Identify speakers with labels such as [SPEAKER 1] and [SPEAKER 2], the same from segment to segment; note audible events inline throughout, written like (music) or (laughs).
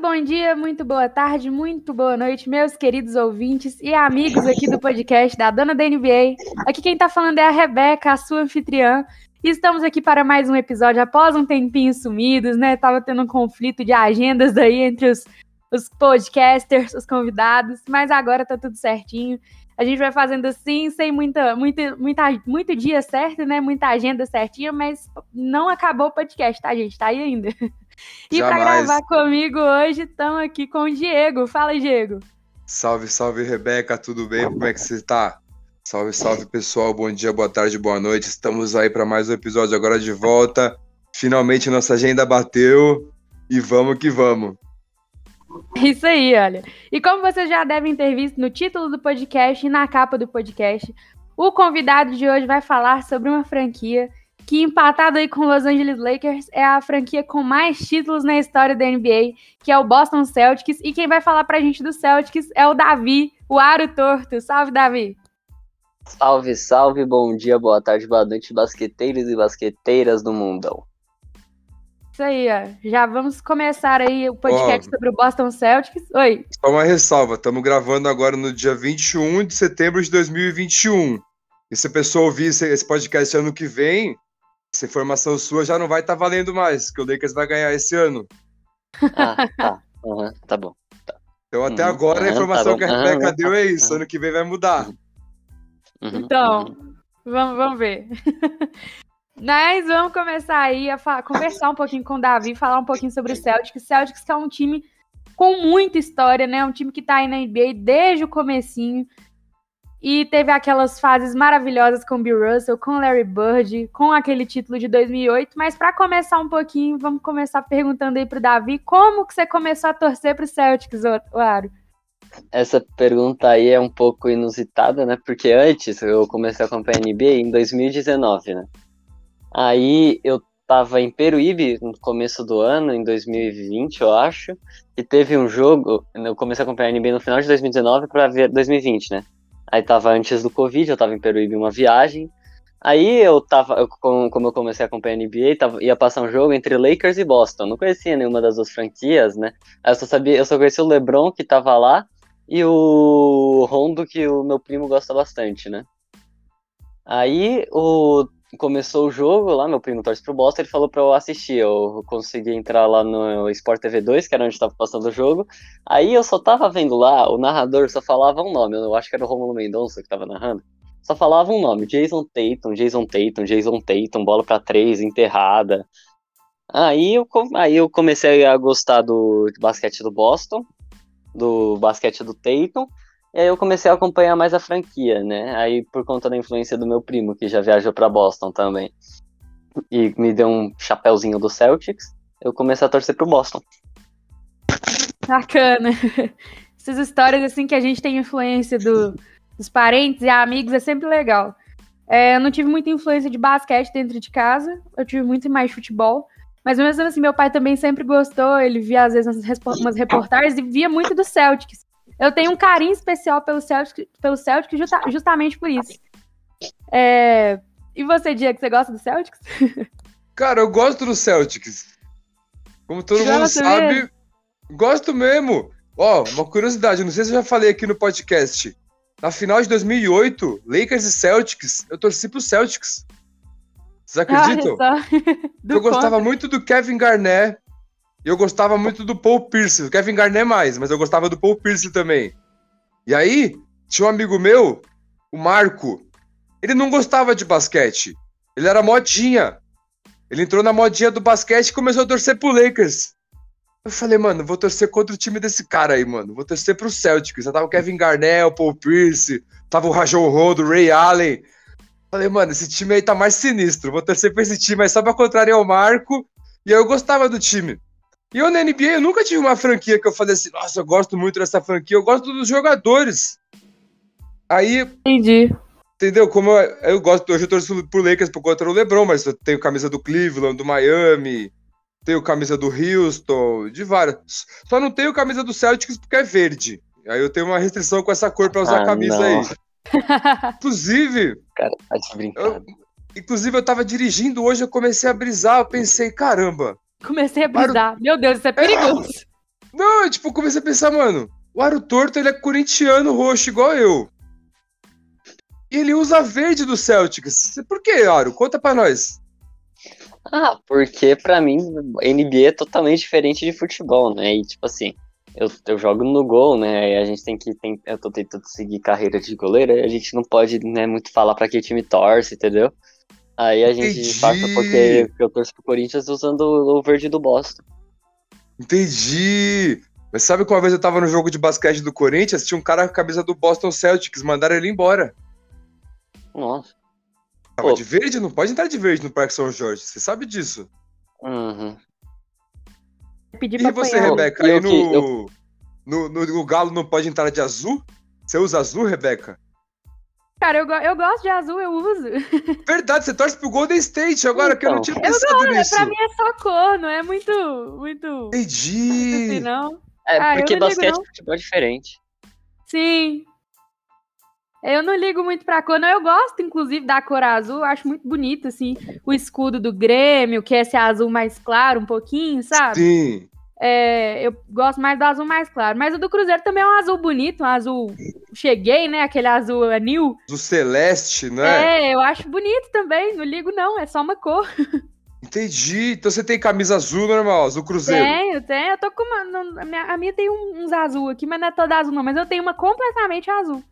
[SPEAKER 1] bom dia, muito boa tarde, muito boa noite, meus queridos ouvintes e amigos aqui do podcast da Dona da NBA. Aqui quem tá falando é a Rebeca, a sua anfitriã. E estamos aqui para mais um episódio após um tempinho sumidos, né? Tava tendo um conflito de agendas aí entre os, os podcasters, os convidados, mas agora tá tudo certinho. A gente vai fazendo assim, sem muita, muita, muita, muito dia certo, né? Muita agenda certinha, mas não acabou o podcast, tá, gente? Tá aí ainda. E para
[SPEAKER 2] Jamais.
[SPEAKER 1] gravar comigo hoje, estão aqui com o Diego. Fala, Diego.
[SPEAKER 2] Salve, salve, Rebeca, tudo bem? Como é que você tá? Salve, salve, pessoal. Bom dia, boa tarde, boa noite. Estamos aí para mais um episódio agora de volta. Finalmente nossa agenda bateu e vamos que vamos.
[SPEAKER 1] É (laughs) Isso aí, olha. E como vocês já devem ter visto no título do podcast e na capa do podcast, o convidado de hoje vai falar sobre uma franquia que, empatado aí com Los Angeles Lakers, é a franquia com mais títulos na história da NBA, que é o Boston Celtics. E quem vai falar pra gente do Celtics é o Davi, o Aro Torto. Salve, Davi!
[SPEAKER 3] Salve, salve, bom dia, boa tarde, boa noite, basqueteiros e basqueteiras do mundão.
[SPEAKER 1] Isso aí, ó. Já vamos começar aí o podcast sobre o Boston Celtics. Oi.
[SPEAKER 2] Só uma ressalva, estamos gravando agora no dia 21 de setembro de 2021. E se a pessoa ouvir esse esse podcast ano que vem, essa informação sua já não vai estar valendo mais, que o Lakers vai ganhar esse ano.
[SPEAKER 3] Ah, tá, aham, tá bom.
[SPEAKER 2] Então até
[SPEAKER 3] Uhum,
[SPEAKER 2] agora a
[SPEAKER 3] aham,
[SPEAKER 2] informação
[SPEAKER 3] tá
[SPEAKER 2] que a
[SPEAKER 3] bom. Aham,
[SPEAKER 2] Rebeca
[SPEAKER 3] aham,
[SPEAKER 2] deu é isso, ano que vem vai mudar.
[SPEAKER 3] Uhum,
[SPEAKER 1] Então,
[SPEAKER 3] uhum.
[SPEAKER 1] Vamos, vamos ver. (laughs) Mas vamos começar aí a fa- conversar um pouquinho com o Davi, falar um pouquinho sobre o Celtics. Celtics que é um time com muita história, né? Um time que tá aí na NBA desde o comecinho. E teve aquelas fases maravilhosas com Bill Russell, com Larry Bird, com aquele título de 2008. Mas para começar um pouquinho, vamos começar perguntando aí pro Davi como que você começou a torcer pro Celtics, ô- ô Aro?
[SPEAKER 3] Essa pergunta aí é um pouco inusitada, né? Porque antes eu comecei a acompanhar a NBA em 2019, né? Aí eu tava em Peruíbe no começo do ano, em 2020, eu acho, e teve um jogo, eu comecei a acompanhar a NBA no final de 2019 para ver 2020, né? Aí tava antes do Covid, eu tava em Peruíbe em uma viagem. Aí eu tava, eu, como, como eu comecei a acompanhar a NBA, tava, ia passar um jogo entre Lakers e Boston. Não conhecia nenhuma das duas franquias, né? Aí eu só sabia, eu só conhecia o LeBron que tava lá e o Rondo que o meu primo gosta bastante, né? Aí o começou o jogo lá, meu primo torce pro Boston, ele falou pra eu assistir. Eu consegui entrar lá no Sport TV 2, que era onde tava passando o jogo. Aí eu só tava vendo lá, o narrador só falava um nome, eu acho que era o Romulo Mendonça que tava narrando. Só falava um nome, Jason Tatum, Jason Tatum, Jason Tatum, bola pra três, enterrada. Aí eu, com- aí eu comecei a gostar do basquete do Boston, do basquete do Tatum, e aí eu comecei a acompanhar mais a franquia, né? Aí por conta da influência do meu primo, que já viajou pra Boston também, e me deu um chapéuzinho do Celtics, eu comecei a torcer pro Boston.
[SPEAKER 1] Bacana. (laughs) Essas histórias assim que a gente tem influência do- dos parentes e amigos é sempre legal. É, eu não tive muita influência de basquete dentro de casa, eu tive muito mais futebol. Mas mesmo assim, meu pai também sempre gostou, ele via às vezes umas, respo- umas reportagens e via muito do Celtics. Eu tenho um carinho especial pelo Celtic, pelo Celtic justa- justamente por isso. É, E você, Diego, você gosta do Celtics?
[SPEAKER 2] Cara, eu gosto do Celtics. Como todo
[SPEAKER 1] Gosta
[SPEAKER 2] mundo sabe, gosto mesmo. Ó, uma curiosidade, não sei se eu já falei aqui no podcast. Na final de 2008, Lakers e Celtics, eu torci pro Celtics. Vocês acreditam?
[SPEAKER 1] Olha só. (laughs) Do
[SPEAKER 2] eu gostava muito do Kevin Garnett e eu gostava muito do Paul Pierce. O Kevin Garnett mais, mas eu gostava do Paul Pierce também. E aí, tinha um amigo meu, o Marco. Ele não gostava de basquete. Ele era modinha. Ele entrou na modinha do basquete e começou a torcer pro Lakers. Eu falei, mano, vou torcer contra o time desse cara aí, mano. Vou torcer pro Celtics. Já tava o Kevin Garnett, o Paul Pierce, tava o Rajon Rondo, o Ray Allen. Falei, mano, esse time aí tá mais sinistro. Vou torcer pra esse time aí só pra contrariar o Marco. E aí eu gostava do time. E eu na NBA, eu nunca tive uma franquia que eu falei assim, nossa, eu gosto muito dessa franquia, eu gosto dos jogadores. Aí,
[SPEAKER 1] Entendi.
[SPEAKER 2] entendeu? Como eu, eu gosto, hoje eu torço pro Lakers por conta do LeBron, mas eu tenho camisa do Cleveland, do Miami, tenho camisa do Houston, de várias. Só não tenho camisa do Celtics porque é verde. Aí eu tenho uma restrição com essa cor pra usar
[SPEAKER 3] Ah,
[SPEAKER 2] a camisa
[SPEAKER 3] não.
[SPEAKER 2] aí. Inclusive,
[SPEAKER 3] Cara, tá de brincadeira.
[SPEAKER 2] eu- inclusive, eu tava dirigindo hoje, eu comecei a brisar, eu pensei, caramba,
[SPEAKER 1] Comecei a
[SPEAKER 2] Claro.
[SPEAKER 1] brisar. Meu Deus, isso é perigoso.
[SPEAKER 2] Não, eu, tipo, comecei a pensar, mano, o Aro Torto ele é corintiano roxo, igual eu. E ele usa verde do Celtics. Por que, Aro? Conta pra nós.
[SPEAKER 3] Ah, porque pra mim NBA é totalmente diferente de futebol, né? E tipo assim, eu, eu jogo no gol, né? E a gente tem que. Tem, eu tô tentando seguir carreira de goleiro, e a gente não pode né, muito falar pra que time torce, entendeu? Aí a gente
[SPEAKER 2] Entendi.
[SPEAKER 3] passa porque eu torço pro Corinthians usando o verde do Boston.
[SPEAKER 2] Entendi. Mas sabe que uma vez eu tava no jogo de basquete do Corinthians, tinha um cara com a camisa do Boston Celtics, mandaram ele embora.
[SPEAKER 3] Nossa.
[SPEAKER 2] Tava
[SPEAKER 3] Pô.
[SPEAKER 2] de verde? Não pode entrar de verde no Parque São Jorge, você sabe disso.
[SPEAKER 3] Uhum.
[SPEAKER 1] Pedir pra
[SPEAKER 2] E você,
[SPEAKER 1] apanhar.
[SPEAKER 2] Rebeca,
[SPEAKER 3] E
[SPEAKER 2] aí
[SPEAKER 3] eu que-
[SPEAKER 2] no, no, no, no Galo não pode entrar de azul? Você usa azul, Rebeca?
[SPEAKER 1] Cara, eu, go- eu gosto de azul, eu uso. (laughs)
[SPEAKER 2] Verdade, você torce pro Golden State agora, que eu não
[SPEAKER 3] Então.
[SPEAKER 2] tinha pensado nisso.
[SPEAKER 1] Pra mim é só cor, não é muito. Muito. Assim,
[SPEAKER 2] Entendi.
[SPEAKER 1] não.
[SPEAKER 3] É
[SPEAKER 1] Ah, eu
[SPEAKER 3] porque
[SPEAKER 1] não ligo,
[SPEAKER 3] basquete
[SPEAKER 1] não.
[SPEAKER 3] e futebol é diferente.
[SPEAKER 1] Sim. Eu não ligo muito pra cor, não. Eu gosto, inclusive, da cor azul. Eu acho muito bonito, assim, o escudo do Grêmio, que é esse azul mais claro, um pouquinho, sabe?
[SPEAKER 2] Sim.
[SPEAKER 1] É, eu gosto mais do azul mais claro. Mas o do Cruzeiro também é um azul bonito, um azul. Cheguei, né? Aquele azul anil.
[SPEAKER 2] Do Celeste, né?
[SPEAKER 1] É. eu acho bonito também. Não ligo, não. É só uma cor.
[SPEAKER 2] Entendi. Então você tem camisa azul normal, azul Cruzeiro.
[SPEAKER 1] Tenho, tenho. Eu tô com uma. não- a, minha, a minha tem um- uns azul aqui, mas não é toda azul, não. Mas eu tenho uma completamente azul.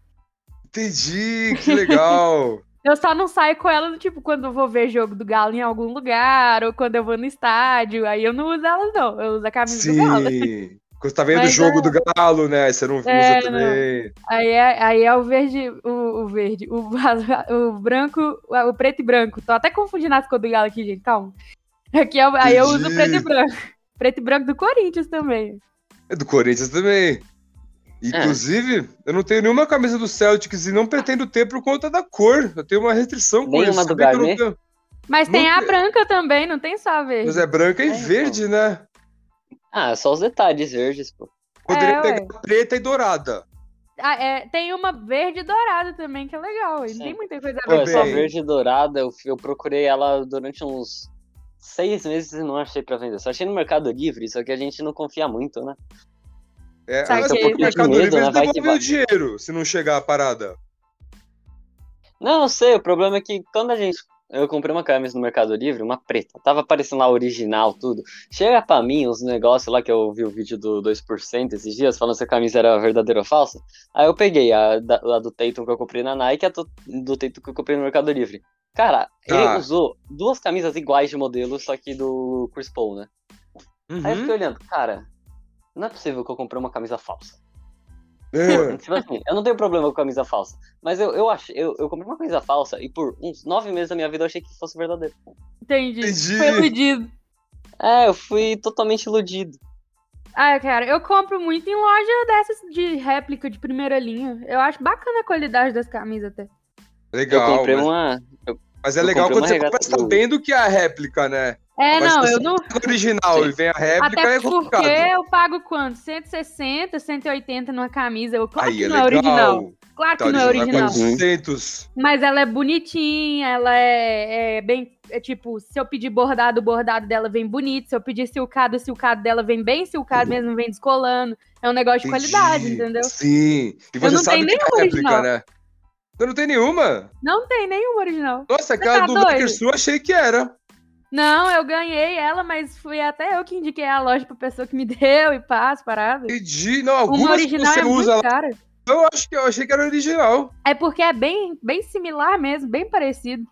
[SPEAKER 2] Entendi, que legal.
[SPEAKER 1] Eu só não saio com ela, tipo, quando eu vou ver jogo do Galo em algum lugar, ou quando eu vou no estádio. Aí eu não uso elas, não. Eu uso a (laughs) camisa do Galo.
[SPEAKER 2] Sim. Quando você tá vendo o
[SPEAKER 1] Mas
[SPEAKER 2] jogo do Galo, né? Aí Você não usa
[SPEAKER 1] É,
[SPEAKER 2] também.
[SPEAKER 1] Aí é, aí é o verde, o, o verde, o, (laughs) azul- o branco, o preto e branco. Tô até confundindo as cores do Galo aqui, gente, calma. Aqui é, o- aí eu uso o preto e
[SPEAKER 2] Entendi.
[SPEAKER 1] branco. Preto e branco do Corinthians também.
[SPEAKER 2] É do Corinthians também. Inclusive, eu não tenho nenhuma camisa do Celtics e não pretendo ter por conta da cor. Eu tenho uma restrição com
[SPEAKER 3] Nenhuma
[SPEAKER 2] isso.
[SPEAKER 3] do
[SPEAKER 2] Sabia que eu não
[SPEAKER 3] Garnet?
[SPEAKER 2] tenho.
[SPEAKER 1] Mas tem
[SPEAKER 2] Não
[SPEAKER 1] a
[SPEAKER 2] tem-
[SPEAKER 1] branca também, não tem só a verde.
[SPEAKER 2] Mas é branca e
[SPEAKER 3] É, então.
[SPEAKER 2] verde, né?
[SPEAKER 3] Ah, só os detalhes verdes, pô.
[SPEAKER 2] Poderia
[SPEAKER 1] É,
[SPEAKER 2] pegar preta e dourada.
[SPEAKER 1] Ah, é, tem uma verde e dourada também, que é legal. E não
[SPEAKER 3] Sim.
[SPEAKER 1] tem muita coisa a
[SPEAKER 3] Pô,
[SPEAKER 1] ver.
[SPEAKER 2] Também.
[SPEAKER 3] essa verde e dourada, eu, eu procurei ela durante uns seis meses e não achei pra vender. Só achei no Mercado Livre, só que a gente não confia muito, né?
[SPEAKER 2] É,
[SPEAKER 1] Saquei.
[SPEAKER 2] mas
[SPEAKER 1] Tem um
[SPEAKER 2] o
[SPEAKER 1] pouquinho de
[SPEAKER 2] Mercado
[SPEAKER 3] medo,
[SPEAKER 2] Livre
[SPEAKER 3] né?
[SPEAKER 2] eles
[SPEAKER 3] Vai que
[SPEAKER 2] devolvem
[SPEAKER 3] vai.
[SPEAKER 2] o dinheiro se não chegar a parada.
[SPEAKER 3] Não, eu sei, o problema é que quando a gente. Eu comprei uma camisa no Mercado Livre, uma preta. Tava aparecendo lá original, tudo. Chega pra mim uns negócios lá que eu vi o vídeo do 2% esses dias, falando se a camisa era verdadeira ou falsa. Aí eu peguei a, da, a do Tatum que eu comprei na Nike e a do, do Tatum que eu comprei no Mercado Livre. Cara,
[SPEAKER 2] Tá.
[SPEAKER 3] ele usou duas camisas iguais de modelo, só que do Chris Paul, né?
[SPEAKER 1] É
[SPEAKER 3] Aí eu fiquei olhando, cara, não é possível que eu comprei uma camisa falsa.
[SPEAKER 2] É.
[SPEAKER 3] Tipo assim, eu não tenho problema com camisa falsa. Mas eu, eu achei, eu, eu comprei uma camisa falsa e por uns nove meses da minha vida eu achei que fosse verdadeiro.
[SPEAKER 1] Entendi.
[SPEAKER 2] Entendi.
[SPEAKER 1] Foi iludido.
[SPEAKER 3] É, eu fui totalmente iludido.
[SPEAKER 1] Ah, cara, eu compro muito em loja dessas de réplica de primeira linha. Eu acho bacana a qualidade das camisas até.
[SPEAKER 2] Legal.
[SPEAKER 3] eu comprei
[SPEAKER 2] mas,
[SPEAKER 3] uma.
[SPEAKER 2] mas é
[SPEAKER 3] eu
[SPEAKER 2] legal
[SPEAKER 3] comprei
[SPEAKER 2] quando
[SPEAKER 3] uma
[SPEAKER 2] você
[SPEAKER 3] regata
[SPEAKER 2] compra
[SPEAKER 3] do-
[SPEAKER 2] sabendo que é a réplica, né?
[SPEAKER 1] É,
[SPEAKER 2] Mas
[SPEAKER 1] não,
[SPEAKER 2] você-
[SPEAKER 1] eu não.
[SPEAKER 2] A original
[SPEAKER 3] Sim.
[SPEAKER 2] e vem a réplica
[SPEAKER 1] Até
[SPEAKER 2] é complicado.
[SPEAKER 1] porque eu pago quanto? 160, 180 numa camisa. Eu, claro
[SPEAKER 2] Aí
[SPEAKER 1] que
[SPEAKER 2] é
[SPEAKER 1] não é
[SPEAKER 2] legal.
[SPEAKER 1] original. Claro que
[SPEAKER 2] Tá,
[SPEAKER 1] não é
[SPEAKER 2] original
[SPEAKER 1] original.
[SPEAKER 2] 400.
[SPEAKER 1] Mas ela é bonitinha, ela é, é bem. É tipo, se eu pedir bordado, o bordado dela vem bonito. Se eu pedir silcado, o silcado dela vem bem silcado, mesmo não vem descolando. É um negócio de
[SPEAKER 2] Entendi.
[SPEAKER 1] qualidade, entendeu?
[SPEAKER 2] Sim. E você
[SPEAKER 1] não
[SPEAKER 2] sabe
[SPEAKER 1] tenho
[SPEAKER 2] que é
[SPEAKER 1] nenhuma
[SPEAKER 2] réplica,
[SPEAKER 1] original.
[SPEAKER 2] né? Você não tem nenhuma?
[SPEAKER 1] Não tem nenhuma original.
[SPEAKER 2] Nossa, aquela
[SPEAKER 1] tá
[SPEAKER 2] do
[SPEAKER 1] doido?
[SPEAKER 2] Lakers sua achei que era.
[SPEAKER 1] Não, eu ganhei ela, mas fui até eu que indiquei a loja pra pessoa que me (laughs) deu e pá, as paradas.
[SPEAKER 2] Entendi. Não,
[SPEAKER 1] Uma
[SPEAKER 2] algumas que
[SPEAKER 1] original
[SPEAKER 2] você
[SPEAKER 1] é
[SPEAKER 2] usa
[SPEAKER 1] muito
[SPEAKER 2] lá,
[SPEAKER 1] cara.
[SPEAKER 2] eu acho que eu achei que era original.
[SPEAKER 1] É porque é bem, bem similar mesmo, bem parecido.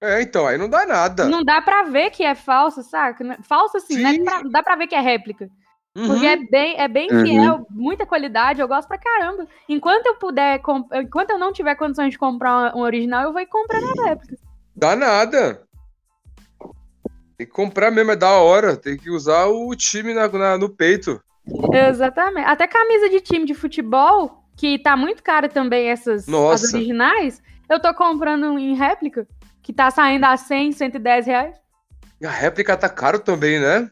[SPEAKER 2] É, então, aí não dá nada.
[SPEAKER 1] Não dá pra ver que é falso, saca? Falso assim,
[SPEAKER 2] Sim.
[SPEAKER 1] né? Pra- dá pra ver que é réplica.
[SPEAKER 2] Uhum.
[SPEAKER 1] Porque é bem, é bem
[SPEAKER 3] Uhum.
[SPEAKER 1] fiel, muita qualidade, eu gosto pra caramba. Enquanto eu puder, com- enquanto eu não tiver condições de comprar um original, eu vou ir comprar na réplica.
[SPEAKER 2] Dá nada. Tem que comprar mesmo, é da hora. Tem que usar o time na, na- no peito.
[SPEAKER 1] Exatamente. Até camisa de time de futebol, que tá muito cara também essas
[SPEAKER 2] Nossa.
[SPEAKER 1] as originais, eu tô comprando um em réplica, que tá saindo a 100, 110 reais.
[SPEAKER 2] E a réplica tá caro também, né?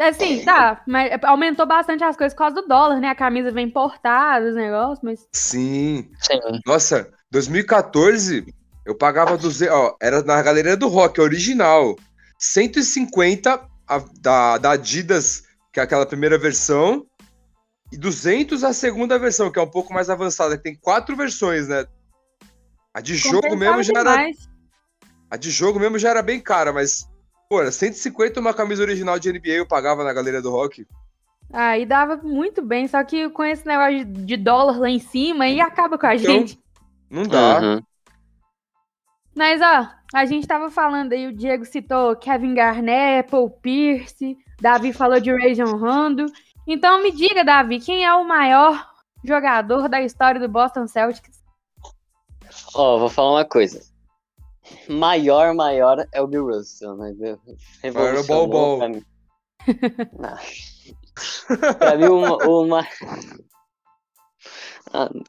[SPEAKER 1] Assim, tá, mas aumentou bastante as coisas por causa do dólar, né? A camisa vem importada, os negócios, mas...
[SPEAKER 2] Sim.
[SPEAKER 3] Sim.
[SPEAKER 2] Nossa, 2014 eu pagava 200. Ó, era na galeria do rock, original. 150 a- da, da Adidas, que é aquela primeira versão. E 200 a segunda versão, que é um pouco mais avançada, que tem quatro versões, né? A de jogo mesmo já era,
[SPEAKER 1] demais.
[SPEAKER 2] a de jogo mesmo já era bem cara, mas pô, era 150 uma camisa original de NBA eu pagava na galeria do rock.
[SPEAKER 1] Aí dava muito bem, só que com esse negócio de dólar lá em cima, aí acaba com a
[SPEAKER 2] Então,
[SPEAKER 1] gente.
[SPEAKER 2] Não dá.
[SPEAKER 3] Uhum.
[SPEAKER 1] Mas, ó, a gente tava falando aí, o Diego citou Kevin Garnett, Paul Pierce, Davi falou de Rajon Rondo. Então me diga, Davi, quem é o maior jogador da história do Boston Celtics?
[SPEAKER 3] Ó, vou falar uma coisa. Maior, maior é o Bill Russell, né? Bill-
[SPEAKER 2] Maior é o Bol Bol.
[SPEAKER 3] Pra mim, Não. Pra mim, o, ma- o ma- Ah, não.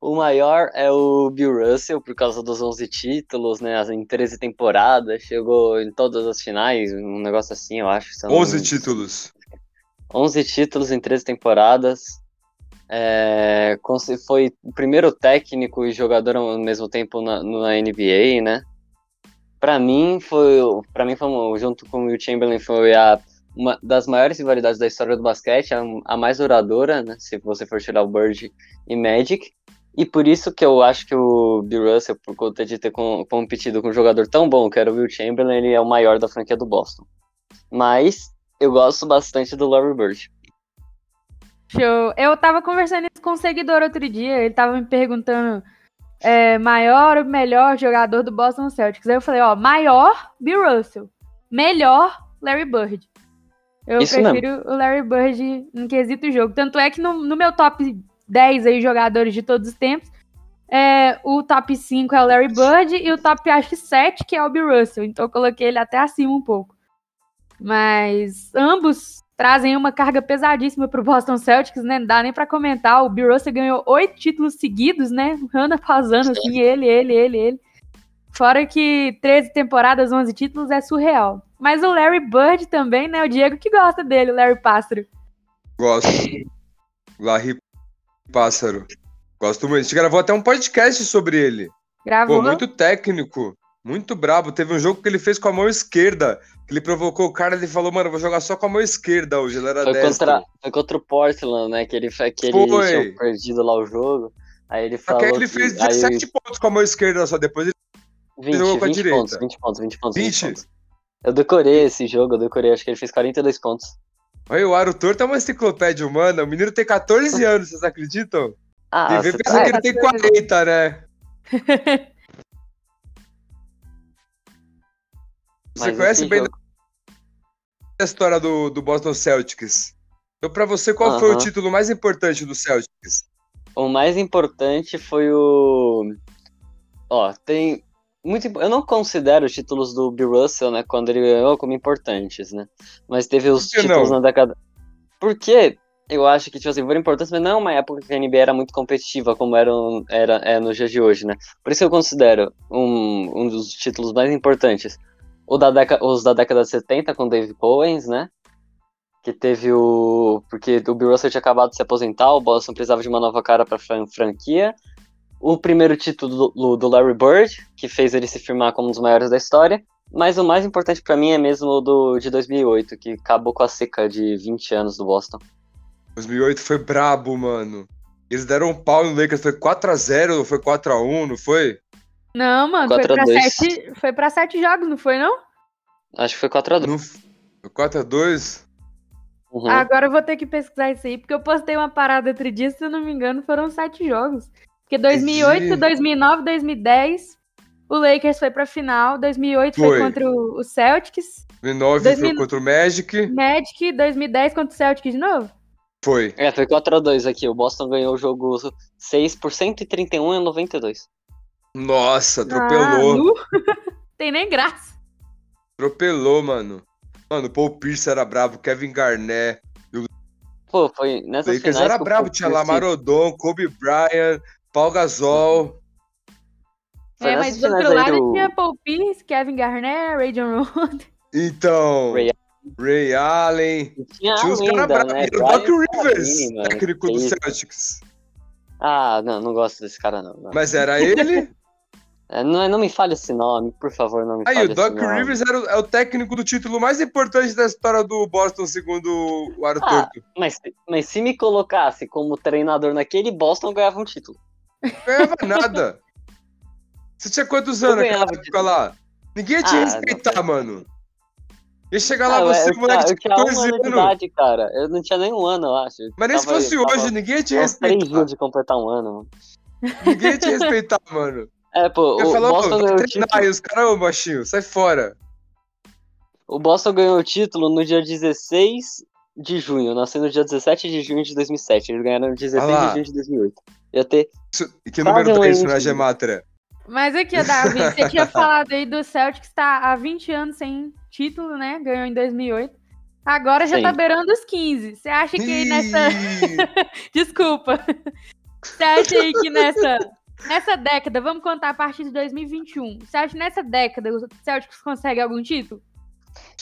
[SPEAKER 3] o maior é o Bill Russell, por causa dos 11 títulos, né? As- Em 13 temporadas, chegou em todas as finais, um negócio assim, eu acho. se eu não-
[SPEAKER 2] 11 títulos.
[SPEAKER 3] 11 títulos em 13 temporadas. É, conse- foi o primeiro técnico e jogador ao mesmo tempo na, na NBA, né? Para mim foi, para mim foi um- junto com o Will Chamberlain foi a uma das maiores rivalidades da história do basquete, a, a mais duradoura, né? Se você for tirar o Bird e Magic. E por isso que eu acho que o Bill Russell, por conta de ter com- competido com um jogador tão bom que era o Will Chamberlain, ele é o maior da franquia do Boston. Mas eu gosto bastante do Larry Bird.
[SPEAKER 1] Show. Eu tava conversando isso com um seguidor outro dia, ele tava me perguntando é, maior ou melhor jogador do Boston Celtics. Aí eu falei, ó, maior, Bill Russell. Melhor, Larry Bird. Eu
[SPEAKER 3] Isso mesmo.
[SPEAKER 1] prefiro o Larry Bird em quesito jogo. Tanto é que no, no meu top 10 aí, jogadores de todos os tempos, é, o top 5 é o Larry Bird e o top, acho que 7, que é o Bill Russell. Então eu coloquei ele até acima um pouco. Mas ambos trazem uma carga pesadíssima pro Boston Celtics, né? Não dá nem pra comentar. O Bill Russell ganhou oito títulos seguidos, né? Ano após ano, assim, ele, ele, ele, ele. Fora que 13 temporadas, 11 títulos é surreal. Mas o Larry Bird também, né? O Diego que gosta dele, o Larry Pássaro.
[SPEAKER 2] Gosto.
[SPEAKER 3] É.
[SPEAKER 2] Larry Pássaro. Gosto muito. A gente gravou até um podcast sobre ele.
[SPEAKER 1] Gravou.
[SPEAKER 2] Pô, muito técnico, muito brabo. Teve um jogo que ele fez com a mão esquerda, que ele provocou o cara, ele falou, mano, eu vou jogar só com a mão esquerda hoje, ele era
[SPEAKER 3] Foi
[SPEAKER 2] destro.
[SPEAKER 3] contra, foi contra o Portland, né? Que ele, fe- que
[SPEAKER 2] Foi.
[SPEAKER 3] ele tinha perdido lá o jogo. Aí ele
[SPEAKER 2] Só
[SPEAKER 3] falou.
[SPEAKER 2] que aí ele fez
[SPEAKER 3] que- aí
[SPEAKER 2] 17 pontos com a mão esquerda só, depois ele...
[SPEAKER 3] 20,
[SPEAKER 2] jogou com a
[SPEAKER 3] 20
[SPEAKER 2] direita.
[SPEAKER 3] pontos, 20 pontos, 20 pontos, 20
[SPEAKER 2] 20?
[SPEAKER 3] pontos. Eu decorei esse jogo, eu decorei, acho que ele fez 42 pontos.
[SPEAKER 2] Aí o Aro Torto é uma enciclopédia humana, o menino tem
[SPEAKER 3] (laughs)
[SPEAKER 2] 14 anos, vocês acreditam?
[SPEAKER 3] Ah,
[SPEAKER 2] Tem
[SPEAKER 3] você
[SPEAKER 2] vez
[SPEAKER 3] tá-
[SPEAKER 2] pensa que
[SPEAKER 3] é,
[SPEAKER 2] ele tem 40, né? (laughs) Você
[SPEAKER 3] mas
[SPEAKER 2] conhece
[SPEAKER 3] esse
[SPEAKER 2] bem
[SPEAKER 3] jogo-
[SPEAKER 2] a história do, do Boston Celtics. Então, pra você, qual foi o
[SPEAKER 3] Aham.
[SPEAKER 2] título mais importante do Celtics?
[SPEAKER 3] O mais importante foi o. Ó, tem. Muito, imp- eu não considero os títulos do Bill Russell, né, quando ele ganhou, como importantes, né? Mas teve os
[SPEAKER 2] Por que
[SPEAKER 3] títulos
[SPEAKER 2] não?
[SPEAKER 3] na década. Porque eu acho que, tipo assim, foram importantes, mas não é uma época que a NBA era muito competitiva, como era, um- era é nos dias de hoje, né? Por isso eu considero um, um dos títulos mais importantes. O da década, os da década de 70 com Dave Cowens, né? Que teve o. Porque o Bill Russell tinha acabado de se aposentar, o Boston precisava de uma nova cara pra fran- franquia. O primeiro título do, do Larry Bird, que fez ele se firmar como um dos maiores da história. Mas o mais importante pra mim é mesmo o do, de 2008, que acabou com a seca de 20 anos do Boston.
[SPEAKER 2] 2008 foi brabo, mano. Eles deram um pau no Lakers, foi 4x0 ou foi 4x1, não foi?
[SPEAKER 1] Não, mano, foi
[SPEAKER 3] 4 a
[SPEAKER 1] pra,
[SPEAKER 3] 2.
[SPEAKER 1] sete, foi pra sete jogos, não foi, não?
[SPEAKER 3] Acho que foi 4x2.
[SPEAKER 2] Não... f- 4x2?
[SPEAKER 3] Uhum.
[SPEAKER 2] É.
[SPEAKER 1] Agora eu vou ter que pesquisar isso aí, porque eu postei uma parada outro dia, se eu não me engano, foram sete jogos. Porque 2008,
[SPEAKER 2] Entendi.
[SPEAKER 1] 2009, 2010, o Lakers foi pra final, 2008 foi,
[SPEAKER 2] Foi.
[SPEAKER 1] contra o o Celtics,
[SPEAKER 2] 2009
[SPEAKER 1] 2000
[SPEAKER 2] foi contra o Magic.
[SPEAKER 1] Magic, 2010 contra o Celtics de novo.
[SPEAKER 2] Foi.
[SPEAKER 3] É, foi 4x2 aqui. O Boston ganhou o jogo 6 por 131 a 92.
[SPEAKER 2] Nossa,
[SPEAKER 1] Ah,
[SPEAKER 2] atropelou.
[SPEAKER 1] nu. (laughs) Tem nem graça.
[SPEAKER 2] atropelou, mano. Mano, o Paul Pierce era brabo, Kevin Garnett.
[SPEAKER 3] Pô, foi
[SPEAKER 2] O
[SPEAKER 3] nessas
[SPEAKER 2] Lakers
[SPEAKER 3] finais
[SPEAKER 2] era
[SPEAKER 3] que o
[SPEAKER 2] brabo,
[SPEAKER 3] Paul
[SPEAKER 2] tinha
[SPEAKER 3] Pierce-
[SPEAKER 2] Lamar Odom, Kobe Bryant, Paul Gasol.
[SPEAKER 3] Foi
[SPEAKER 1] é, mas
[SPEAKER 3] nessas
[SPEAKER 1] do
[SPEAKER 3] finais
[SPEAKER 1] outro
[SPEAKER 3] aí
[SPEAKER 1] lado
[SPEAKER 3] do-
[SPEAKER 1] tinha Paul Pierce, Kevin Garnett, Rajon Rondo.
[SPEAKER 2] Então,
[SPEAKER 3] Ray
[SPEAKER 2] Ray, Allen.
[SPEAKER 3] assim, Tinha,
[SPEAKER 2] Tinha
[SPEAKER 3] a
[SPEAKER 2] uns caras
[SPEAKER 3] lenda,
[SPEAKER 2] bravos.
[SPEAKER 3] né?
[SPEAKER 2] Era o
[SPEAKER 3] Brian
[SPEAKER 2] Doc Rivers,
[SPEAKER 3] Green,
[SPEAKER 2] (laughs)
[SPEAKER 3] mano,
[SPEAKER 2] técnico
[SPEAKER 3] que
[SPEAKER 2] do
[SPEAKER 3] isso.
[SPEAKER 2] Celtics.
[SPEAKER 3] (laughs) Ah, não, não gosto desse cara, não. não.
[SPEAKER 2] Mas era ele?
[SPEAKER 3] É, Não, não me fale esse nome, por favor, não me
[SPEAKER 2] Aí, o
[SPEAKER 3] fale esse
[SPEAKER 2] Doc
[SPEAKER 3] nome.
[SPEAKER 2] Rivers era o- é o técnico do título mais importante da história do Boston, segundo o Aro
[SPEAKER 3] Ah.
[SPEAKER 2] Torto.
[SPEAKER 3] Mas, mas se me colocasse como treinador naquele Boston, eu ganhava um título.
[SPEAKER 2] Não ganhava nada. Você tinha quantos
[SPEAKER 3] Eu
[SPEAKER 2] anos naquela
[SPEAKER 3] ganhava
[SPEAKER 2] época
[SPEAKER 3] título.
[SPEAKER 2] lá? Ninguém ia te
[SPEAKER 3] Ah,
[SPEAKER 2] respeitar, mano. Ia chegar lá
[SPEAKER 3] Ah, eu-
[SPEAKER 2] você,
[SPEAKER 3] eu,
[SPEAKER 2] moleque
[SPEAKER 3] eu
[SPEAKER 2] de
[SPEAKER 3] tinha um
[SPEAKER 2] 14
[SPEAKER 3] ano de
[SPEAKER 2] anos.
[SPEAKER 3] idade, cara. Eu não tinha nem um ano, eu acho. Eu
[SPEAKER 2] Mas nem se
[SPEAKER 3] tava-
[SPEAKER 2] fosse
[SPEAKER 3] eu tava-
[SPEAKER 2] hoje, ninguém ia te
[SPEAKER 3] tava três
[SPEAKER 2] respeitar.
[SPEAKER 3] dias de completar um ano, mano.
[SPEAKER 2] Ninguém ia te respeitar, mano.
[SPEAKER 3] (laughs) É, pô,
[SPEAKER 2] Eu
[SPEAKER 3] o
[SPEAKER 2] falava,
[SPEAKER 3] Boston,
[SPEAKER 2] mano,
[SPEAKER 3] ganhou o,
[SPEAKER 2] vai treinar
[SPEAKER 3] título,
[SPEAKER 2] aí, os caras, ô baixinho, sai fora.
[SPEAKER 3] o Boston ganhou o título no dia 16 de junho. Eu nasci no dia 17 de junho de 2007. Eles ganharam no 16
[SPEAKER 2] Ah lá.
[SPEAKER 3] de junho de 2008. Ia ter
[SPEAKER 2] Isso- e que
[SPEAKER 3] Fala
[SPEAKER 2] número
[SPEAKER 3] aí,
[SPEAKER 2] 3 na
[SPEAKER 3] filho.
[SPEAKER 2] Gematra?
[SPEAKER 1] (laughs) Mas aqui, ó, Davi, você
[SPEAKER 3] (laughs)
[SPEAKER 1] tinha falado aí do Celtics tá há 20 anos sem título, né? Ganhou em 2008. Agora já
[SPEAKER 3] Sim.
[SPEAKER 1] tá beirando os 15. Você acha que aí nessa. (laughs)
[SPEAKER 2] Ih, (laughs)
[SPEAKER 1] Desculpa. (laughs) Você acha aí que nessa. Nessa década, vamos contar a partir de 2021. Você acha que nessa década o Celtics consegue algum título?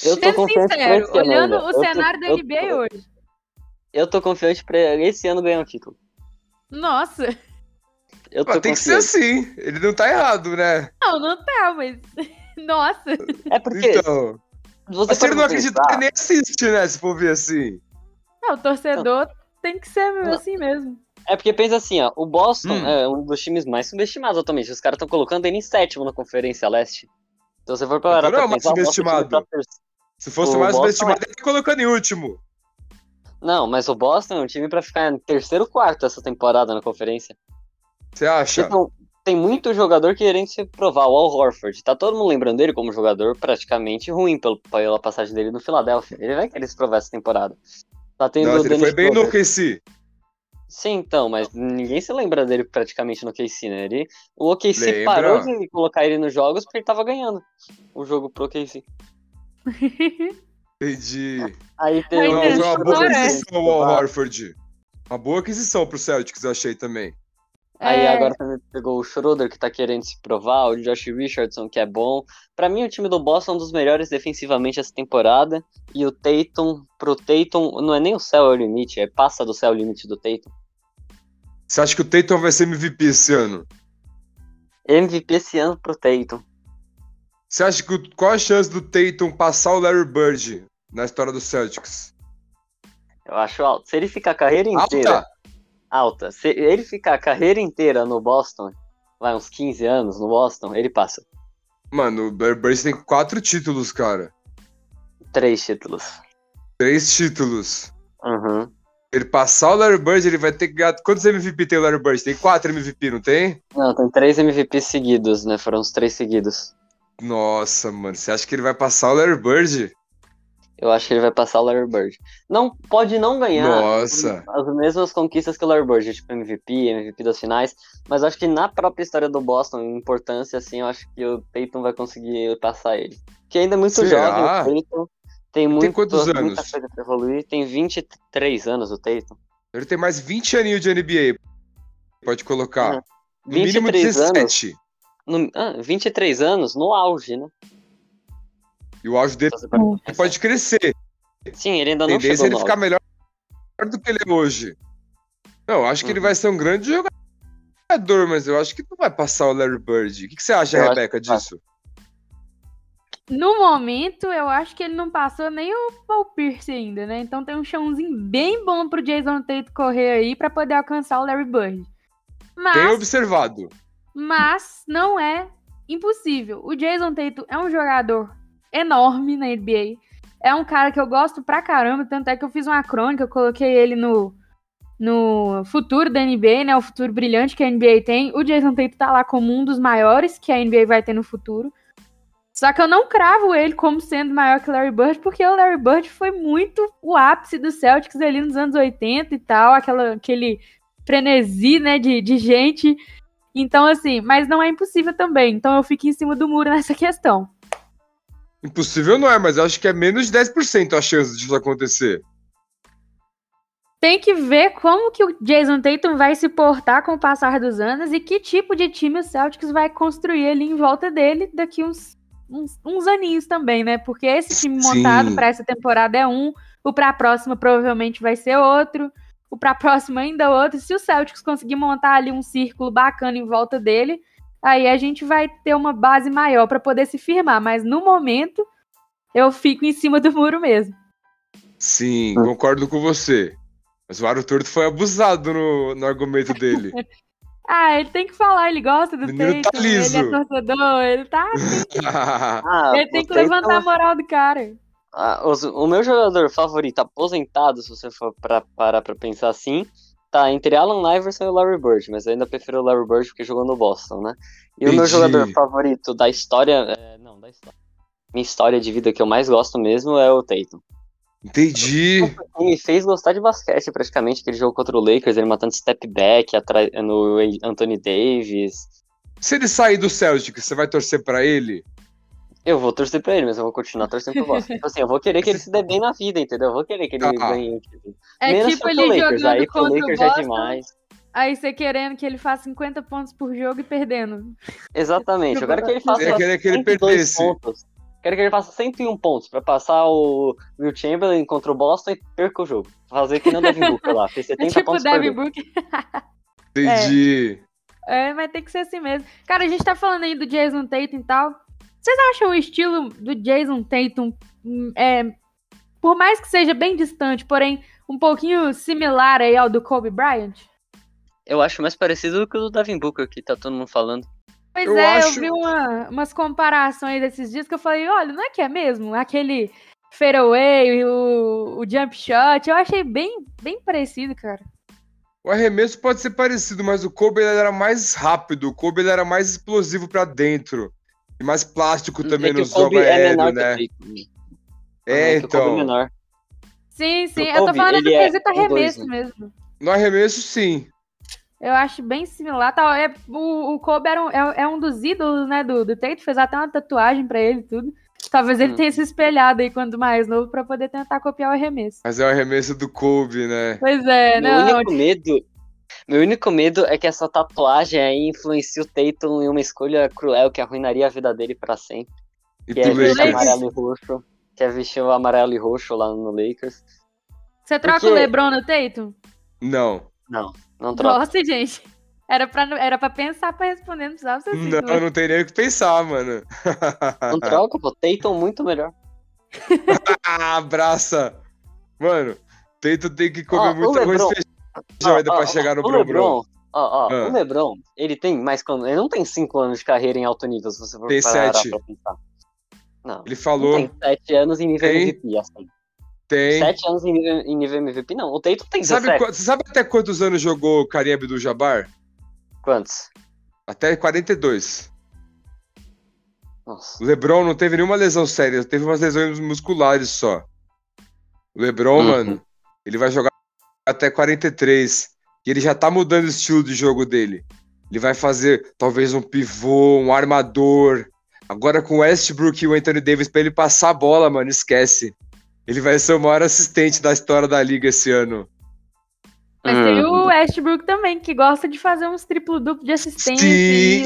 [SPEAKER 3] Eu tô
[SPEAKER 1] Sendo
[SPEAKER 3] confiante pra
[SPEAKER 1] sincero,
[SPEAKER 3] esse ano
[SPEAKER 1] olhando
[SPEAKER 3] ainda.
[SPEAKER 1] o
[SPEAKER 3] Eu tô-
[SPEAKER 1] cenário da
[SPEAKER 3] eu
[SPEAKER 1] NBA
[SPEAKER 3] tô-
[SPEAKER 1] hoje.
[SPEAKER 3] Eu tô confiante pra esse ano ganhar um título.
[SPEAKER 1] Nossa.
[SPEAKER 3] Eu tô
[SPEAKER 2] mas tem que ser
[SPEAKER 3] confiante.
[SPEAKER 2] assim. Ele não tá errado, né?
[SPEAKER 1] Não, não tá, mas. (laughs) Nossa.
[SPEAKER 3] É porque
[SPEAKER 2] Então.
[SPEAKER 3] você
[SPEAKER 2] Mas se ele
[SPEAKER 3] para
[SPEAKER 2] não
[SPEAKER 3] pra
[SPEAKER 2] acredita,
[SPEAKER 3] pensar-
[SPEAKER 2] ele nem assiste, né? Se for ver assim.
[SPEAKER 1] Não, É, o torcedor tem que ser mesmo
[SPEAKER 3] Não.
[SPEAKER 1] assim mesmo.
[SPEAKER 3] É porque pensa assim, ó, o Boston
[SPEAKER 2] Hum.
[SPEAKER 3] é um dos times mais subestimados atualmente. Os caras estão colocando ele em sétimo na Conferência Leste. Então se for parar
[SPEAKER 2] Então
[SPEAKER 3] pra
[SPEAKER 2] não é o mais
[SPEAKER 3] pensar, o Boston
[SPEAKER 2] subestimado.
[SPEAKER 3] time tá terceiro.
[SPEAKER 2] Se fosse
[SPEAKER 3] O
[SPEAKER 2] mais
[SPEAKER 3] Boston
[SPEAKER 2] subestimado, ele tá colocando em último.
[SPEAKER 3] Não, mas o Boston é um time pra ficar em terceiro ou quarto essa temporada na conferência.
[SPEAKER 2] Você acha?
[SPEAKER 3] Tipo, tem muito jogador querendo se provar. O Al Horford, tá todo mundo lembrando dele como jogador praticamente ruim pelo- pela passagem dele no Philadelphia. Ele vai querer se provar essa temporada. Tá tendo
[SPEAKER 2] Nossa,
[SPEAKER 3] o
[SPEAKER 2] ele foi
[SPEAKER 3] Dennis
[SPEAKER 2] bem
[SPEAKER 3] Schroeder.
[SPEAKER 2] no KC.
[SPEAKER 3] Sim, então, mas ninguém se lembra dele praticamente no OKC, né? Ele, o OKC
[SPEAKER 2] Lembra.
[SPEAKER 3] parou de colocar ele nos jogos porque ele tava ganhando o jogo pro OKC.
[SPEAKER 2] Entendi.
[SPEAKER 3] Aí teve um
[SPEAKER 1] Ai,
[SPEAKER 3] o
[SPEAKER 2] Não,
[SPEAKER 1] Deus,
[SPEAKER 2] foi uma boa
[SPEAKER 1] agora é.
[SPEAKER 2] aquisição ao Horford. Uma boa aquisição pro Celtics, eu achei também.
[SPEAKER 3] Aí
[SPEAKER 1] É,
[SPEAKER 3] agora também pegou o Schroeder, que tá querendo se provar, o Josh Richardson, que é bom. Pra mim, o time do Boston é um dos melhores defensivamente essa temporada. E o Tatum, pro Tatum, não é nem o céu é o limite, é passa do céu o limite do Tatum.
[SPEAKER 2] Você acha que o Tatum vai ser MVP esse ano?
[SPEAKER 3] MVP esse ano pro Tatum.
[SPEAKER 2] Você acha que o- qual a chance do Tatum passar o Larry Bird na história do Celtics?
[SPEAKER 3] Eu acho alto. Se ele ficar a carreira inteira.
[SPEAKER 2] Alta!
[SPEAKER 3] alta. Se ele ficar a carreira inteira no Boston, vai uns 15 anos no Boston, ele passa
[SPEAKER 2] Mano, o Larry Bird tem quatro títulos, cara.
[SPEAKER 3] três títulos.
[SPEAKER 2] Três títulos.
[SPEAKER 3] Uhum.
[SPEAKER 2] Ele passar o Larry Bird, ele vai ter que ganhar. Quantos MVP tem o Larry Bird? Tem quatro MVP, não tem?
[SPEAKER 3] Não, tem três MVPs seguidos, né? Foram os três seguidos.
[SPEAKER 2] Nossa, mano, você acha que ele vai passar o Larry Bird?
[SPEAKER 3] Eu acho que ele vai passar o Larry Bird. Não, pode não ganhar
[SPEAKER 2] Nossa.
[SPEAKER 3] as mesmas conquistas que o Larry Bird, tipo MVP, MVP das finais, mas acho que na própria história do Boston, em importância, assim, eu acho que o Peyton vai conseguir passar ele. Que ainda é muito
[SPEAKER 2] Será?
[SPEAKER 3] jovem, o Peyton tem, muito,
[SPEAKER 2] quantos
[SPEAKER 3] muita
[SPEAKER 2] anos?
[SPEAKER 3] coisa pra evoluir, tem 23 anos o Peyton.
[SPEAKER 2] Ele tem mais 20 aninhos de NBA. Pode colocar.
[SPEAKER 3] É,
[SPEAKER 2] No mínimo
[SPEAKER 3] 23 anos.
[SPEAKER 2] 17.
[SPEAKER 3] No, ah, 23 anos no auge, né?
[SPEAKER 2] E o auge dele
[SPEAKER 3] Se você parar pra
[SPEAKER 2] ele
[SPEAKER 3] pensar.
[SPEAKER 2] pode crescer.
[SPEAKER 3] Sim, ele ainda
[SPEAKER 2] A
[SPEAKER 3] não
[SPEAKER 2] tendência é
[SPEAKER 3] chegou
[SPEAKER 2] ele
[SPEAKER 3] no
[SPEAKER 2] ficar
[SPEAKER 3] auge.
[SPEAKER 2] melhor do que ele é hoje. Não, eu acho que ele
[SPEAKER 3] Uhum.
[SPEAKER 2] vai ser um grande jogador, mas eu acho que não vai passar o Larry Bird. O que, que você acha,
[SPEAKER 3] Eu acho
[SPEAKER 2] Rebeca,
[SPEAKER 3] que vai.
[SPEAKER 2] disso?
[SPEAKER 1] no momento, eu acho que ele não passou nem o Paul Pierce ainda, né? Então tem um chãozinho bem bom pro Jason Tate correr aí pra poder alcançar o Larry Bird.
[SPEAKER 2] Tem
[SPEAKER 1] Mas,
[SPEAKER 2] observado.
[SPEAKER 1] mas não é impossível. O Jason Tate é um jogador enorme na NBA. É um cara que eu gosto pra caramba, tanto é que eu fiz uma crônica, eu coloquei ele no no futuro da NBA, né? O futuro brilhante que a NBA tem. O Jason Tate tá lá como um dos maiores que a NBA vai ter no futuro. Só que eu não cravo ele como sendo maior que o Larry Bird, porque o Larry Bird foi muito o ápice do Celtics ali nos anos 80 e tal, aquela, aquele frenesi, né, de, de gente. Então, assim, mas não é impossível também. Então eu fico em cima do muro (laughs) nessa questão.
[SPEAKER 2] Impossível não é, mas eu acho que é menos de 10% a chance disso acontecer.
[SPEAKER 1] Tem que ver como que o Jason Tatum vai se portar com o passar dos anos e que tipo de time o Celtics vai construir ali em volta dele daqui uns, uns, uns aninhos também, né? Porque esse time
[SPEAKER 2] Sim.
[SPEAKER 1] montado para essa temporada é um, o para a próxima provavelmente vai ser outro, é o para a próxima ainda outro. Se o Celtics conseguir montar ali um círculo bacana em volta dele, aí a gente vai ter uma base maior para poder se firmar. Mas no momento, eu fico em cima do muro mesmo.
[SPEAKER 2] Sim,
[SPEAKER 3] Uhum.
[SPEAKER 2] concordo com você. Mas o Aro Torto foi abusado no, no argumento dele. (laughs)
[SPEAKER 1] Ah, ele tem que falar, ele gosta do
[SPEAKER 2] Menino
[SPEAKER 1] peito,
[SPEAKER 2] tá liso.
[SPEAKER 1] ele é torcedor, ele tá.
[SPEAKER 3] Ah,
[SPEAKER 1] ele tem que
[SPEAKER 3] vocês
[SPEAKER 1] levantar a
[SPEAKER 3] tão-
[SPEAKER 1] moral do cara.
[SPEAKER 3] Ah, os- o meu jogador favorito aposentado, se você for pra, parar pra pensar assim, tá entre Alan Iverson e o Larry Bird, mas eu ainda prefiro o Larry Bird porque jogou no Boston, né? E o meu
[SPEAKER 2] Entendi.
[SPEAKER 3] jogador favorito da história, é, não, da história, minha história de vida que eu mais gosto mesmo é o Tatum.
[SPEAKER 2] Entendi.
[SPEAKER 3] Ele me fez gostar de basquete praticamente, aquele jogo contra o Lakers, ele matando step back atrás no Anthony Davis.
[SPEAKER 2] Se ele sair do Celtic, você vai torcer pra ele?
[SPEAKER 3] Eu vou torcer pra ele, mas eu
[SPEAKER 1] (laughs)
[SPEAKER 3] vou continuar torcendo pro Boston. Tipo assim, eu vou querer que ele se dê bem na vida, entendeu? Eu vou querer que ele
[SPEAKER 2] Tá.
[SPEAKER 3] ganhe. o título.
[SPEAKER 1] É
[SPEAKER 3] Menos
[SPEAKER 1] tipo
[SPEAKER 3] pro
[SPEAKER 1] ele
[SPEAKER 3] Lakers,
[SPEAKER 1] jogando
[SPEAKER 3] aí pro
[SPEAKER 1] contra o
[SPEAKER 3] Lakers
[SPEAKER 1] Boston.
[SPEAKER 3] é demais.
[SPEAKER 1] Aí você querendo que ele faça 50 pontos por jogo e perdendo.
[SPEAKER 3] Exatamente. Eu quero que ele faça
[SPEAKER 2] Você queria É que ele
[SPEAKER 3] 102
[SPEAKER 2] perdesse.
[SPEAKER 3] pontos. Quero que ele faça 101 pontos pra passar o Will Chamberlain contra o Boston e perca o jogo. Fazer que não Devin Booker lá, fez
[SPEAKER 1] (laughs) É
[SPEAKER 3] 70
[SPEAKER 1] tipo o
[SPEAKER 3] pontos por
[SPEAKER 1] Devin
[SPEAKER 3] jogo.
[SPEAKER 1] Book.
[SPEAKER 2] Entendi.
[SPEAKER 1] É, mas tem que ser assim mesmo. Cara, a gente tá falando aí do Jason Tatum e tal. Vocês acham o estilo do Jason Tatum, hum, é, por mais que seja bem distante, porém um pouquinho similar aí ao do Kobe Bryant?
[SPEAKER 3] Eu acho mais parecido do que o do Devin Booker, que tá todo mundo falando.
[SPEAKER 1] Pois
[SPEAKER 2] Eu
[SPEAKER 1] é,
[SPEAKER 2] acho-
[SPEAKER 1] eu vi uma- umas comparações desses dias que eu falei, olha, não é que é mesmo? Aquele fadeaway, o, o jump shot, eu achei bem, bem parecido, cara.
[SPEAKER 2] O arremesso pode ser parecido, mas o Kobe ele era mais rápido, o Kobe ele era mais explosivo pra dentro. E mais plástico também
[SPEAKER 3] é que
[SPEAKER 2] nos
[SPEAKER 3] o Kobe
[SPEAKER 2] jogos
[SPEAKER 3] é
[SPEAKER 2] aéreos,
[SPEAKER 3] menor
[SPEAKER 2] né?
[SPEAKER 3] que o Tatum.
[SPEAKER 2] É,
[SPEAKER 3] que o Kobe é
[SPEAKER 2] então.
[SPEAKER 3] menor.
[SPEAKER 1] Sim, sim,
[SPEAKER 3] O
[SPEAKER 1] eu tô
[SPEAKER 3] Kobe,
[SPEAKER 1] falando
[SPEAKER 3] ele
[SPEAKER 1] do
[SPEAKER 3] é
[SPEAKER 1] quesito
[SPEAKER 3] um dois,
[SPEAKER 1] arremesso
[SPEAKER 3] né?
[SPEAKER 1] mesmo.
[SPEAKER 2] No arremesso, sim.
[SPEAKER 1] Eu acho bem similar. Tá, é, o, o Kobe era um, é, é um dos ídolos, né, do, do Tate, fez até uma tatuagem pra ele e tudo. Talvez ele
[SPEAKER 3] Hum.
[SPEAKER 1] tenha se espelhado aí quando mais novo pra poder tentar copiar o arremesso.
[SPEAKER 2] Mas é o arremesso do Kobe, né?
[SPEAKER 1] Pois é,
[SPEAKER 3] Meu
[SPEAKER 1] não,
[SPEAKER 3] único medo. Meu único medo é que essa tatuagem aí influencie o Tatum em uma escolha cruel que arruinaria a vida dele pra sempre.
[SPEAKER 2] E
[SPEAKER 3] que é
[SPEAKER 2] pro
[SPEAKER 1] Lakers.
[SPEAKER 3] vestir
[SPEAKER 2] Lakers.
[SPEAKER 3] amarelo e roxo. Que é vestir o amarelo e roxo lá no Lakers.
[SPEAKER 1] você troca
[SPEAKER 3] Porque-
[SPEAKER 1] o Lebron no Tatum?
[SPEAKER 2] Não.
[SPEAKER 3] Não troca.
[SPEAKER 1] Nossa, gente. Era pra, era pra pensar pra responder, não precisava ser assim.
[SPEAKER 2] Não, não tem nem o que pensar, mano.
[SPEAKER 3] Não troca, pô. Tatum muito melhor.
[SPEAKER 2] (laughs) Ah, abraça! Mano, Teito tem que comer
[SPEAKER 3] Ó, o
[SPEAKER 2] é muito arroz
[SPEAKER 3] LeBron.
[SPEAKER 2] e feijão ainda
[SPEAKER 3] Ó,
[SPEAKER 2] pra
[SPEAKER 3] ó,
[SPEAKER 2] chegar no
[SPEAKER 3] o
[SPEAKER 2] Bron Bron.
[SPEAKER 3] LeBron. Ó, ó,
[SPEAKER 2] Ah.
[SPEAKER 3] o LeBron, ele tem mais. quando- Ele não tem 5 anos de carreira em alto nível, se você for
[SPEAKER 2] Tem
[SPEAKER 3] parar
[SPEAKER 2] sete.
[SPEAKER 3] pra pensar. Não.
[SPEAKER 2] Ele
[SPEAKER 3] Não
[SPEAKER 2] falou,
[SPEAKER 3] tem 7 anos em nível
[SPEAKER 2] Tem.
[SPEAKER 3] MVP, assim.
[SPEAKER 2] tem.
[SPEAKER 3] 7 anos em nível, em nível MVP, não. O Tatum tem
[SPEAKER 2] Sabe,
[SPEAKER 3] 17.
[SPEAKER 2] qua- você sabe até quantos anos jogou Karim Abdul-Jabbar?
[SPEAKER 3] Quantos?
[SPEAKER 2] Até 42.
[SPEAKER 3] Nossa.
[SPEAKER 2] O LeBron não teve nenhuma lesão séria, teve umas lesões musculares só. O LeBron,
[SPEAKER 3] Uhum.
[SPEAKER 2] mano, ele vai jogar até 43. E ele já tá mudando o estilo de jogo dele. Ele vai fazer talvez um pivô, um armador. Agora com o Westbrook e o Anthony Davis pra ele passar a bola, mano, esquece. Ele vai ser o maior assistente da história da liga esse ano.
[SPEAKER 1] Mas tem
[SPEAKER 3] Hum.
[SPEAKER 1] o Westbrook também, que gosta de fazer uns triplo-duplo de assistência
[SPEAKER 2] Sim,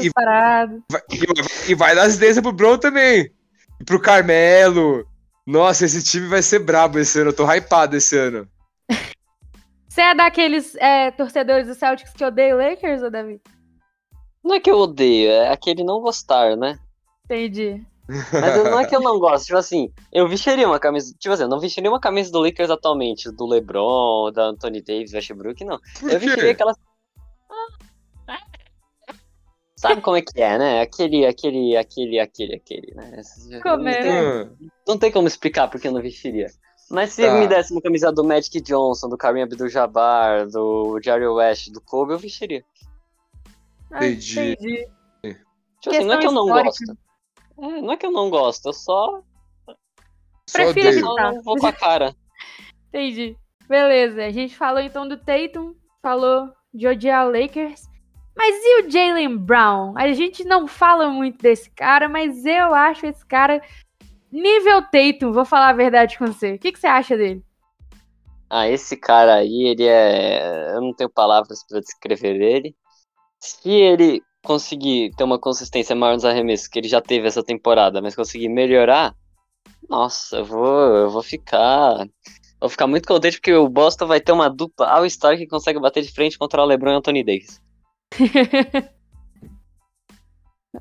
[SPEAKER 1] e
[SPEAKER 2] e-
[SPEAKER 1] parado.
[SPEAKER 2] Vai- e, vai- e vai dar assistência pro Bron também. E pro Carmelo. Nossa, esse time vai ser brabo esse ano. Eu tô hypado esse ano.
[SPEAKER 1] Você é daqueles é, torcedores do Celtics que odeia o Lakers, ô Davi?
[SPEAKER 3] Não é que eu odeio, é aquele não gostar, né?
[SPEAKER 1] Entendi.
[SPEAKER 3] Mas eu- não é que eu não gosto, tipo assim, eu vestiria uma camisa, tipo assim, eu não vestiria uma camisa do Lakers atualmente, do LeBron, da Anthony Davis, Westbrook, não.
[SPEAKER 2] Por
[SPEAKER 3] eu vestiria
[SPEAKER 2] quê?
[SPEAKER 3] aquelas Sabe como é que é, né? Aquele, aquele, aquele, aquele, aquele, né?
[SPEAKER 1] Como
[SPEAKER 3] não,
[SPEAKER 1] é?
[SPEAKER 3] tem,
[SPEAKER 2] Ah.
[SPEAKER 3] não tem como explicar porque eu não vestiria. Mas se
[SPEAKER 2] Tá.
[SPEAKER 3] me desse uma camisa do Magic Johnson, do Kareem Abdul-Jabbar, do Jerry West, do Kobe, eu vestiria.
[SPEAKER 1] Ah,
[SPEAKER 2] Entendi.
[SPEAKER 1] entendi.
[SPEAKER 3] Tipo assim, não é que eu não
[SPEAKER 1] Questão
[SPEAKER 3] gosto. É, não é que eu não gosto, eu só,
[SPEAKER 2] Só
[SPEAKER 1] Prefiro
[SPEAKER 3] eu
[SPEAKER 2] odeio.
[SPEAKER 1] Sim.
[SPEAKER 3] só não vou com um a cara.
[SPEAKER 1] Entendi. Beleza, a gente falou então do Tatum, falou de odiar o Lakers. Mas e o Jalen Brown? A gente não fala muito desse cara, mas eu acho esse cara nível Tatum, vou falar a verdade com você. O que, que você acha dele?
[SPEAKER 3] Ah, esse cara aí, ele é. Eu não tenho palavras pra descrever ele. Se ele conseguir ter uma consistência maior nos arremessos que ele já teve essa temporada, mas conseguir melhorar, nossa, eu vou, eu vou ficar. Vou ficar muito contente porque o Boston vai ter uma dupla All-Star que consegue bater de frente contra o LeBron e o Anthony Davis.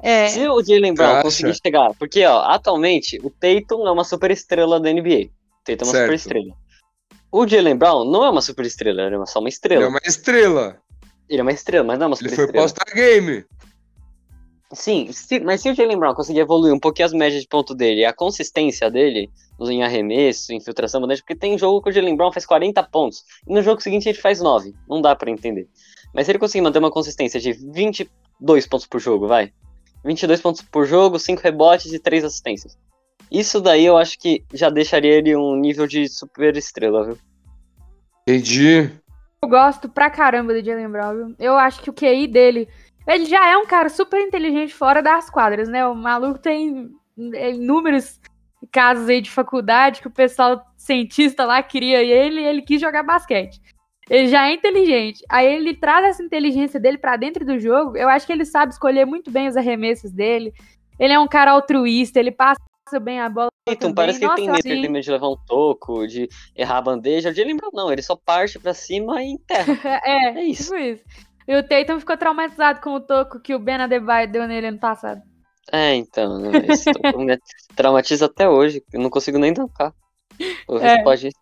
[SPEAKER 1] É,
[SPEAKER 3] Se o Jalen Brown
[SPEAKER 2] Acha?
[SPEAKER 3] conseguir chegar, porque ó, atualmente o Tatum é uma superestrela da NBA. O Tatum é uma
[SPEAKER 2] Certo.
[SPEAKER 3] superestrela. O Jalen Brown não é uma superestrela, ele é só
[SPEAKER 2] Ele é
[SPEAKER 3] uma estrela.
[SPEAKER 2] uma estrela.
[SPEAKER 3] Ele é uma estrela, mas não é uma
[SPEAKER 2] Ele foi
[SPEAKER 3] superestrela.
[SPEAKER 2] pro game
[SPEAKER 3] Sim, se- mas se o Jalen Brown conseguir evoluir um pouquinho as médias de ponto dele e a consistência dele nos- em arremesso, infiltração, bandeja, porque tem jogo que o Jalen Brown faz 40 pontos e no jogo seguinte ele faz 9. Não dá pra entender. Mas se ele conseguir manter uma consistência de 22 pontos por jogo, vai. 22 pontos por jogo, 5 rebotes e 3 assistências. Isso daí eu acho que já deixaria ele um nível de super estrela, viu?
[SPEAKER 2] Entendi. (laughs)
[SPEAKER 1] Eu gosto pra caramba do Jalen Brown, viu? Eu acho que o QI dele. Ele já é um cara super inteligente fora das quadras, né? O maluco tem é, inúmeros casos aí de faculdade que o pessoal cientista lá queria ele e ele quis jogar basquete. Ele já é inteligente. Aí ele traz essa inteligência dele pra dentro do jogo. Eu acho que ele sabe escolher muito bem os arremessos dele. Ele é um cara altruísta, ele passa bem a bola.
[SPEAKER 3] Então,
[SPEAKER 1] também.
[SPEAKER 3] parece que ele tem
[SPEAKER 1] Nossa, assim,
[SPEAKER 3] medo, ele
[SPEAKER 1] sim.
[SPEAKER 3] tem medo de levar um toco, de errar a bandeja. O Jalen Brown não, ele só parte pra cima e enterra.
[SPEAKER 1] É,
[SPEAKER 3] É isso.
[SPEAKER 1] Tipo isso. E o Tatum ficou traumatizado com o toco que o Ben Adebayo deu nele ano passado.
[SPEAKER 3] É, então, né, isso (laughs) me traumatiza até hoje, eu não consigo nem dançar. Eu
[SPEAKER 1] É.
[SPEAKER 3] respondi isso.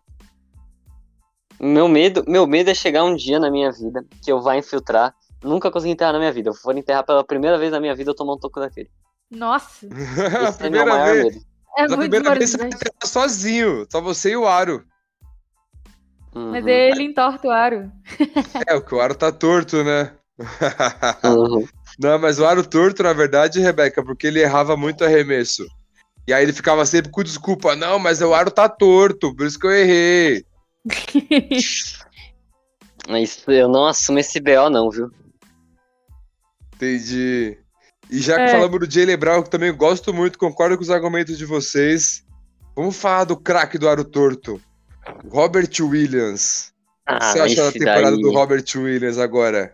[SPEAKER 3] Meu medo, meu medo é chegar um dia na minha vida que eu vá infiltrar, nunca consegui enterrar na minha vida. Eu for enterrar pela primeira vez na minha vida, eu tomar um toco daquele.
[SPEAKER 1] Nossa,
[SPEAKER 2] (laughs) a
[SPEAKER 3] Esse é meu
[SPEAKER 2] primeira
[SPEAKER 3] maior
[SPEAKER 2] vez.
[SPEAKER 3] medo.
[SPEAKER 1] é
[SPEAKER 2] Mas a
[SPEAKER 1] muito
[SPEAKER 2] primeira vez você vai
[SPEAKER 1] desmoralizante.
[SPEAKER 2] tentar sozinho. Só você e o Aro.
[SPEAKER 1] Mas
[SPEAKER 3] Uhum,
[SPEAKER 1] ele entorta o aro.
[SPEAKER 2] É, o que o Aro tá torto, né? (laughs)
[SPEAKER 3] uhum.
[SPEAKER 2] Não, mas o Aro torto, na verdade, Rebeca, porque ele errava muito arremesso. E aí ele ficava sempre com desculpa. Não, mas o Aro tá torto, por isso que eu errei.
[SPEAKER 3] Mas eu não assumo esse BO, não, viu?
[SPEAKER 2] Entendi. E já que
[SPEAKER 1] É.
[SPEAKER 2] falamos do Jalen Brown, que também gosto muito, concordo com os argumentos de vocês. Vamos falar do craque do Aro Torto. Robert Williams. O que
[SPEAKER 3] Ah,
[SPEAKER 2] você acha da
[SPEAKER 3] esse
[SPEAKER 2] temporada
[SPEAKER 3] daí-
[SPEAKER 2] do Robert Williams agora?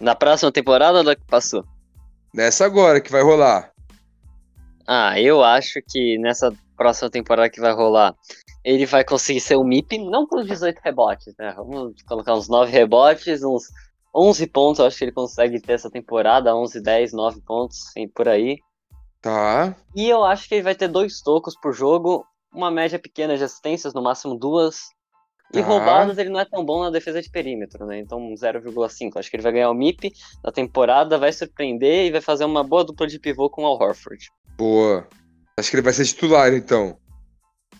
[SPEAKER 3] Na próxima temporada ou da que passou?
[SPEAKER 2] Nessa agora que vai rolar.
[SPEAKER 3] Ah, eu acho que nessa próxima temporada que vai rolar, ele vai conseguir ser o MIP, não com 18 rebotes, né? Vamos colocar uns 9 rebotes, uns 11 pontos, eu acho que ele consegue ter essa temporada, 11, 10, 9 pontos, sim, por aí.
[SPEAKER 2] Tá.
[SPEAKER 3] E eu acho que ele vai ter dois tocos por jogo, uma média pequena de assistências, no máximo duas. E
[SPEAKER 2] Tá.
[SPEAKER 3] roubadas ele não é tão bom na defesa de perímetro, né? Então 0,5. Acho que ele vai ganhar o MIP na temporada, vai surpreender e vai fazer uma boa dupla de pivô com o Al Horford.
[SPEAKER 2] Boa. Acho que ele vai ser titular, então.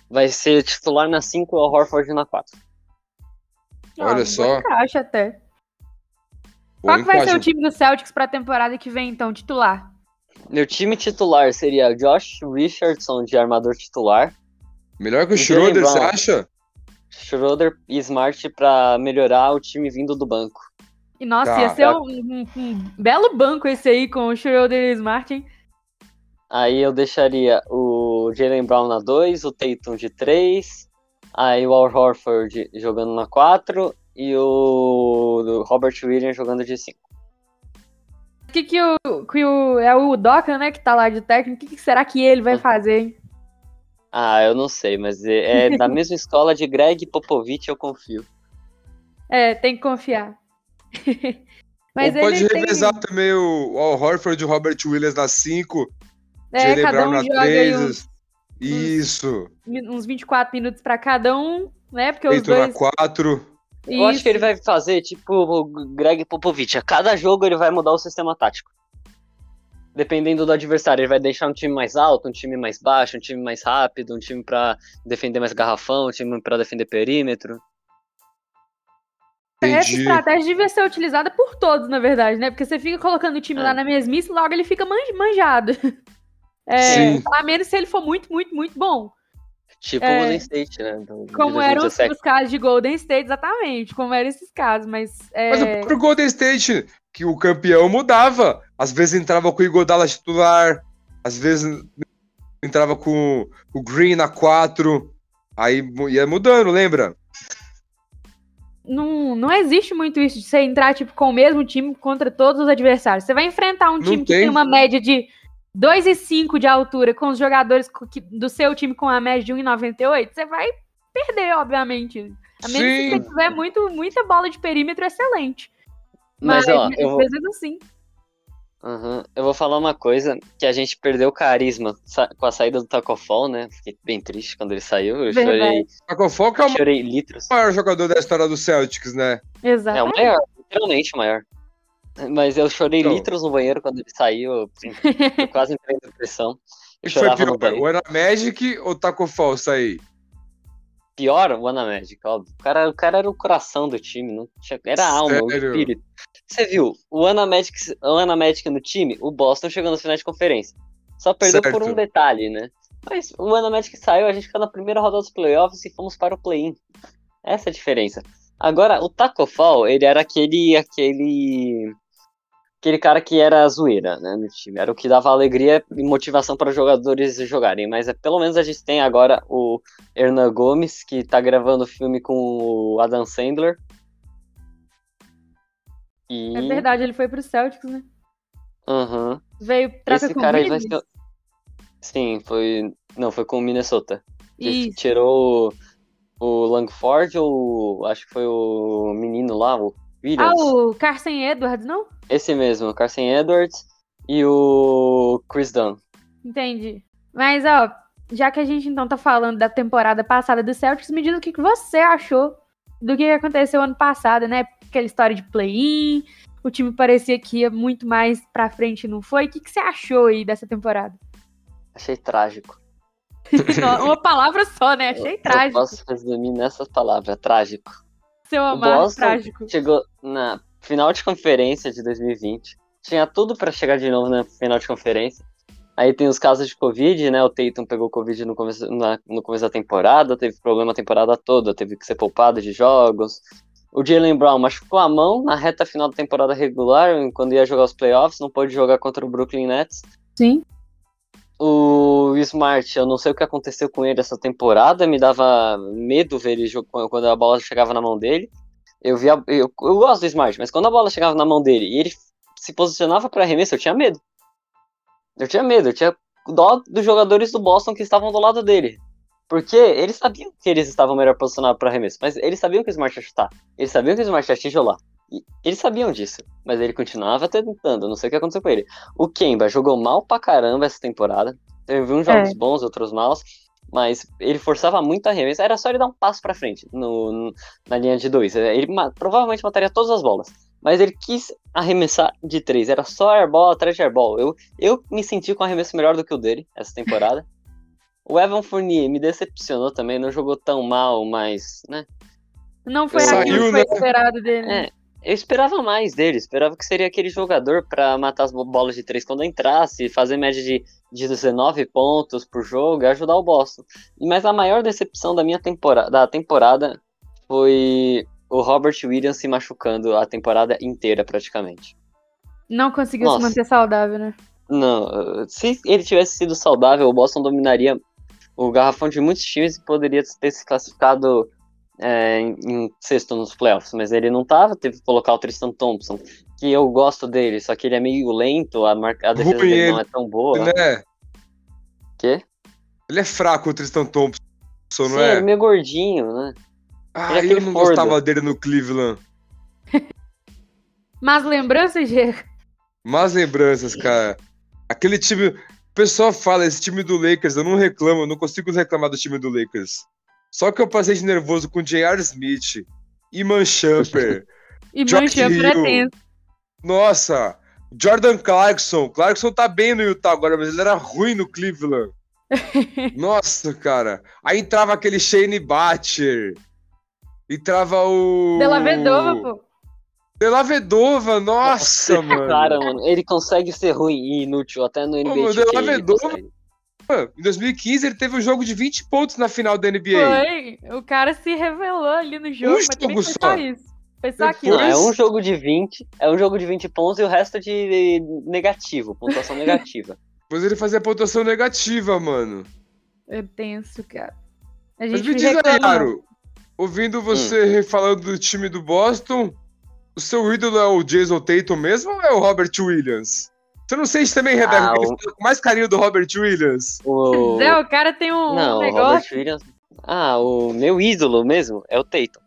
[SPEAKER 3] vai ser titular na 5 e o Horford na 4.
[SPEAKER 2] (laughs) Olha só.
[SPEAKER 1] Acho até.
[SPEAKER 2] Boa
[SPEAKER 1] Qual que vai ser
[SPEAKER 2] encaixe.
[SPEAKER 1] o time do Celtics pra temporada que vem, então, titular?
[SPEAKER 3] Meu time titular seria Josh Richardson de armador titular,
[SPEAKER 2] Melhor que o
[SPEAKER 3] Jalen
[SPEAKER 2] Schroeder, você
[SPEAKER 3] Brown.
[SPEAKER 2] acha?
[SPEAKER 3] Schroeder e Smart pra melhorar o time vindo do banco.
[SPEAKER 1] E nossa,
[SPEAKER 2] Tá,
[SPEAKER 1] ia ser
[SPEAKER 2] tá.
[SPEAKER 1] um, um- um belo banco esse aí com o Schroeder e o Smart, hein?
[SPEAKER 3] Aí eu deixaria o Jalen Brown na 2, o Tatum de 3, aí o Al Horford jogando na 4 e o Robert Williams jogando de 5.
[SPEAKER 1] O que, que, o, que o. É o Doca, né, que tá lá de técnico. O que, que será que ele
[SPEAKER 2] Hum.
[SPEAKER 1] vai fazer, hein?
[SPEAKER 3] Ah, eu não sei, mas é é da mesma escola de Greg Popovich, eu confio.
[SPEAKER 1] É, tem que confiar. (laughs) Mas ele
[SPEAKER 2] Ou pode
[SPEAKER 1] tem-
[SPEAKER 2] revezar também o, o Al Horford e o Robert Williams na 5,
[SPEAKER 1] é,
[SPEAKER 2] Jalen
[SPEAKER 1] cada
[SPEAKER 2] Brown
[SPEAKER 1] um
[SPEAKER 2] na
[SPEAKER 1] joga aí
[SPEAKER 2] 3.
[SPEAKER 1] uns,
[SPEAKER 2] Isso.
[SPEAKER 1] uns 24 minutos pra cada um, né? Porque os
[SPEAKER 2] Feito
[SPEAKER 1] dois.
[SPEAKER 2] na 4.
[SPEAKER 3] Eu acho que ele
[SPEAKER 1] Isso.
[SPEAKER 3] vai fazer tipo o Greg Popovich. A cada jogo ele vai mudar o sistema tático. Dependendo do adversário, ele vai deixar um time mais alto, um time mais baixo, um time mais rápido, um time pra defender mais garrafão, um time pra defender perímetro.
[SPEAKER 1] Essa
[SPEAKER 2] Entendi.
[SPEAKER 1] estratégia devia ser utilizada por todos, na verdade, né? Porque você fica colocando o time
[SPEAKER 3] É.
[SPEAKER 1] lá na mesmice, logo ele fica man- manjado. (laughs) É,
[SPEAKER 2] Sim.
[SPEAKER 1] A menos se ele for muito, muito, muito bom.
[SPEAKER 3] Tipo
[SPEAKER 1] É.
[SPEAKER 3] o Golden State, né? do- de
[SPEAKER 1] Como eram os,
[SPEAKER 3] 2017.
[SPEAKER 1] os casos de Golden State, exatamente. Como eram esses casos, mas. é,
[SPEAKER 2] Mas o próprio Golden State, que o campeão mudava. Às vezes entrava com o Igodala titular, às vezes entrava com o Green na 4. Aí mu- ia mudando, lembra?
[SPEAKER 1] não, não existe muito isso de você entrar tipo, com o mesmo time contra todos os adversários. Você vai enfrentar um
[SPEAKER 2] Não
[SPEAKER 1] time que
[SPEAKER 2] tem.
[SPEAKER 1] tem uma média de 2,5 de altura com os jogadores co- que- do seu time com a média de 1,98. Você vai perder, obviamente. A menos que você
[SPEAKER 2] Sim.
[SPEAKER 1] tiver muito, muita bola de perímetro excelente.
[SPEAKER 3] Mas, ó,
[SPEAKER 1] às é
[SPEAKER 3] eu,
[SPEAKER 1] vezes assim.
[SPEAKER 3] Aham. Eu vou falar uma coisa, que a gente perdeu o carisma sa- com a saída do Tacofol, né? Fiquei bem triste quando ele saiu. Eu
[SPEAKER 1] Verdade.
[SPEAKER 3] chorei,
[SPEAKER 2] Tacofoco é o
[SPEAKER 3] chorei litros.
[SPEAKER 2] maior jogador da história do Celtics, né?
[SPEAKER 1] Exato.
[SPEAKER 3] É o maior, literalmente o maior. Mas eu chorei
[SPEAKER 2] Então.
[SPEAKER 3] litros no banheiro quando ele saiu. Eu assim, eu quase entrei em depressão.
[SPEAKER 2] O
[SPEAKER 3] Eu
[SPEAKER 2] que foi
[SPEAKER 3] chorava no
[SPEAKER 2] pior?
[SPEAKER 3] banheiro.
[SPEAKER 2] O Era Magic ou tá o Taco Fall sair?
[SPEAKER 3] Pior, o Anamagic, óbvio. O cara, o cara era o coração do time, não tinha- era a alma, o
[SPEAKER 2] Sério?
[SPEAKER 3] espírito. Você viu, o Anamagic, o Anamagic no time, o Boston chegou nas finais de conferência. Só perdeu por
[SPEAKER 2] Certo.
[SPEAKER 3] um detalhe, né? Mas o Anamagic saiu, a gente ficou na primeira rodada dos playoffs e fomos para o play-in. Essa é a diferença. Agora, o Taco Fall, ele era aquele, aquele... Aquele cara que era zoeira, né, no time. Era o que dava alegria e motivação para os jogadores jogarem. Mas é, pelo menos a gente tem agora o Hernan Gomes, que tá gravando o filme com o Adam Sandler. E...
[SPEAKER 1] É
[SPEAKER 3] um
[SPEAKER 1] verdade, ele foi pro Celtics, né?
[SPEAKER 3] Aham.
[SPEAKER 1] Veio troca
[SPEAKER 3] Esse
[SPEAKER 1] com
[SPEAKER 3] cara aí
[SPEAKER 1] o
[SPEAKER 3] vai
[SPEAKER 1] Wiggins.
[SPEAKER 3] ser... Sim, foi... Não, foi com o Minnesota. Ele
[SPEAKER 1] Isso.
[SPEAKER 3] tirou o- o Langford ou... Acho que foi o menino lá, o
[SPEAKER 1] Ah,
[SPEAKER 3] Williams.
[SPEAKER 1] o Carson Edwards, não?
[SPEAKER 3] Esse mesmo, o Carson Edwards e o Chris Dunn.
[SPEAKER 1] Entendi. Mas, ó, já que a gente então tá falando da temporada passada do Celtics, me diz o que que você achou do que aconteceu ano passado, né? Aquela história de play-in, o time parecia que ia muito mais pra frente e não foi. O que, que você achou aí dessa temporada?
[SPEAKER 3] Achei trágico.
[SPEAKER 1] Só Uma palavra só, né? Achei
[SPEAKER 3] Eu
[SPEAKER 1] trágico.
[SPEAKER 3] posso resumir nessas palavras, trágico.
[SPEAKER 1] Seu
[SPEAKER 3] O
[SPEAKER 1] amar
[SPEAKER 3] Boston
[SPEAKER 1] trágico.
[SPEAKER 3] chegou na final de conferência de 2020. Tinha tudo pra chegar de novo na final de conferência. Aí tem os casos de Covid, né? O Tatum pegou Covid no começo, na- no começo da temporada, teve problema a temporada toda, teve que ser poupado de jogos. O Jalen Brown machucou a mão na reta final da temporada regular, quando ia jogar os playoffs, não pôde jogar contra o Brooklyn Nets.
[SPEAKER 1] Sim.
[SPEAKER 3] O Smart, eu não sei o que aconteceu com ele essa temporada, me dava medo ver ele jogando quando a bola chegava na mão dele. Eu via, eu, eu gosto do Smart, mas quando a bola chegava na mão dele e ele se posicionava para arremesso, eu tinha medo. Eu tinha medo, eu tinha dó dos jogadores do Boston que estavam do lado dele. Porque eles sabiam que eles estavam melhor posicionados para arremesso, mas eles sabiam que o Smart ia chutar, eles sabiam que o Smart ia tijolar. E eles sabiam disso, mas ele continuava tentando, eu não sei o que aconteceu com ele. O Kemba jogou mal pra caramba essa temporada. Teve uns jogos bons, outros maus. Mas ele forçava muito a remessa. Era só ele dar um passo pra frente no, no- na linha de dois. É, Ele ma- provavelmente mataria todas as bolas. Mas ele quis arremessar de três. Era só airball atrás de airball. Eu, eu me senti com um arremesso melhor do que o dele essa temporada. o Evan Fournier me decepcionou também. Não jogou tão mal, mas... Né?
[SPEAKER 1] Não foi
[SPEAKER 3] Saiu,
[SPEAKER 1] aquilo que
[SPEAKER 2] né?
[SPEAKER 1] foi esperado dele.
[SPEAKER 3] É, Eu esperava mais dele, esperava que seria aquele jogador pra matar as bo- bolas de três quando entrasse, fazer média de, de 19 pontos por jogo e ajudar o Boston. Mas a maior decepção da minha temporada, da temporada foi o Robert Williams se machucando a temporada inteira praticamente.
[SPEAKER 1] Não conseguiu se
[SPEAKER 3] Nossa.
[SPEAKER 1] manter saudável, né?
[SPEAKER 3] Não, eh, se ele tivesse sido saudável, o Boston dominaria o garrafão de muitos times e poderia ter se classificado eh, em, em sexto nos playoffs, mas ele não tava, teve que colocar o Tristan Thompson, que eu gosto dele, só que ele é meio lento, a, mar- a defesa
[SPEAKER 2] Ruim
[SPEAKER 3] dele
[SPEAKER 2] ele.
[SPEAKER 3] não é tão boa.
[SPEAKER 2] Né?
[SPEAKER 3] Quê?
[SPEAKER 2] Ele é fraco, o Tristan Thompson, não
[SPEAKER 3] Sim, ele
[SPEAKER 2] é?
[SPEAKER 3] é meio gordinho, né?
[SPEAKER 2] Ah,
[SPEAKER 3] ele é aquele
[SPEAKER 2] eu não
[SPEAKER 3] gordo.
[SPEAKER 2] gostava dele no Cleveland.
[SPEAKER 1] Mas lembranças, Diego?
[SPEAKER 2] Más lembranças, cara. Aquele time. O pessoal fala, esse time do Lakers, eu não reclamo, eu não consigo reclamar do time do Lakers. Só que eu passei de nervoso com J.R. Smith,
[SPEAKER 1] (laughs)
[SPEAKER 2] Iman Shumper,
[SPEAKER 1] E
[SPEAKER 2] George
[SPEAKER 1] manchou
[SPEAKER 2] Hill.
[SPEAKER 1] pretenso.
[SPEAKER 2] nossa, Jordan Clarkson. Clarkson tá bem no Utah agora, mas ele era ruim no
[SPEAKER 1] (laughs)
[SPEAKER 2] Cleveland. nossa, cara. Aí entrava aquele Shane Batcher. Entrava o.
[SPEAKER 1] Pela Vedova, pô.
[SPEAKER 2] Della Vedova, nossa, mano.
[SPEAKER 3] Cara, mano, ele consegue ser ruim e inútil até no NBA.
[SPEAKER 2] mas ele
[SPEAKER 3] 2K,
[SPEAKER 2] é
[SPEAKER 3] ele
[SPEAKER 2] medonho.
[SPEAKER 3] consegue.
[SPEAKER 2] Em 2015 ele teve um jogo de 20 pontos na final da NBA.
[SPEAKER 1] Foi. O cara se revelou ali no jogo, mas também
[SPEAKER 2] jogo
[SPEAKER 1] foi só
[SPEAKER 2] só.
[SPEAKER 1] isso. Foi só aquilo.
[SPEAKER 3] Não, é
[SPEAKER 2] Pois.
[SPEAKER 3] um jogo de 20, é um jogo de 20 pontos e o resto é de
[SPEAKER 2] (laughs)
[SPEAKER 3] negativo, pontuação negativa.
[SPEAKER 2] Depois ele fazia pontuação negativa, mano.
[SPEAKER 1] É tenso, cara. A
[SPEAKER 2] Mas
[SPEAKER 1] gente
[SPEAKER 2] me diz aí,
[SPEAKER 1] reclama.
[SPEAKER 2] Aro, ouvindo você
[SPEAKER 3] Hum.
[SPEAKER 2] falando do time do Boston, o seu ídolo é o Jason Tatum mesmo ou é o Robert Williams? Você não sente também, Rebeca,
[SPEAKER 3] Ah,
[SPEAKER 2] que ele
[SPEAKER 3] o-
[SPEAKER 2] fala com mais carinho do Robert Williams?
[SPEAKER 3] O...
[SPEAKER 1] Zé, o cara tem um
[SPEAKER 3] Não, o Robert
[SPEAKER 1] negócio.
[SPEAKER 3] Williams. Ah, o meu ídolo mesmo é o Tatum.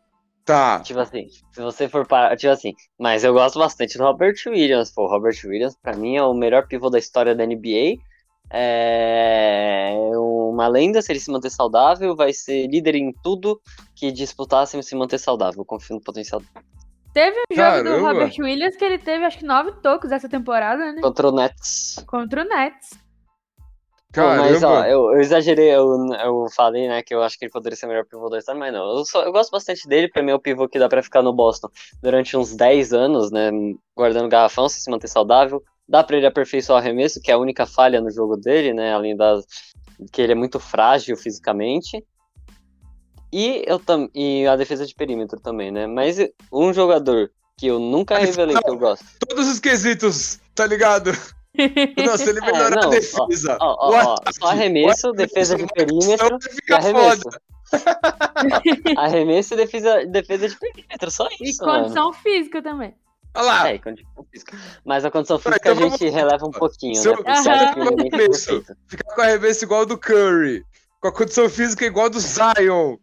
[SPEAKER 2] Tá.
[SPEAKER 3] Tipo assim, se você for parar, tipo assim, mas eu gosto bastante do Robert Williams, pô. O Robert Williams, pra mim, é o melhor pivô da história da NBA. É uma lenda se ele se manter saudável, vai ser líder em tudo que disputar se se manter saudável. Eu confio no potencial
[SPEAKER 1] Teve um jogo do
[SPEAKER 2] Caramba.
[SPEAKER 1] Robert Williams que ele teve acho que nove tocos essa temporada, né?
[SPEAKER 3] contra o Nets.
[SPEAKER 1] Contra o Nets.
[SPEAKER 3] Pô, mas ó,
[SPEAKER 2] Caramba.
[SPEAKER 3] eu, eu exagerei, eu, eu falei, né, que eu acho que ele poderia ser o melhor pivô da história, mas não. Eu, só- eu gosto bastante dele, pra mim é o pivô que dá pra ficar no Boston durante uns 10 anos, né, guardando garrafão, se se manter saudável. Dá pra ele aperfeiçoar o arremesso, que é a única falha no jogo dele, né, além da que ele é muito frágil fisicamente. E, eu tam, e a defesa de perímetro também, né, mas um jogador que eu nunca revelei que eu gosto.
[SPEAKER 2] Todos os quesitos, tá
[SPEAKER 3] (laughs)
[SPEAKER 2] ligado? Nossa, ele melhora
[SPEAKER 3] É, não,
[SPEAKER 2] a defesa.
[SPEAKER 3] Ó,
[SPEAKER 2] O
[SPEAKER 3] ó, ó, só arremesso, defesa de perímetro. tá
[SPEAKER 2] Então fica
[SPEAKER 3] arremesso.
[SPEAKER 2] (laughs) foda.
[SPEAKER 3] arremesso e defesa, defesa de perímetro, só
[SPEAKER 1] E
[SPEAKER 3] isso. mano.
[SPEAKER 1] condição física também.
[SPEAKER 2] Olha lá.
[SPEAKER 3] É, e condição física. Mas a condição
[SPEAKER 2] Tá,
[SPEAKER 3] física
[SPEAKER 2] Ah. então
[SPEAKER 3] a gente
[SPEAKER 2] vamos-
[SPEAKER 3] releva um pouquinho,
[SPEAKER 2] Seu-
[SPEAKER 3] né? Porque só
[SPEAKER 1] Aham.
[SPEAKER 3] definitivamente é
[SPEAKER 2] Começo.
[SPEAKER 3] perfeito.
[SPEAKER 2] Ficar com arremesso igual do Curry. Com a condição física igual do Zion.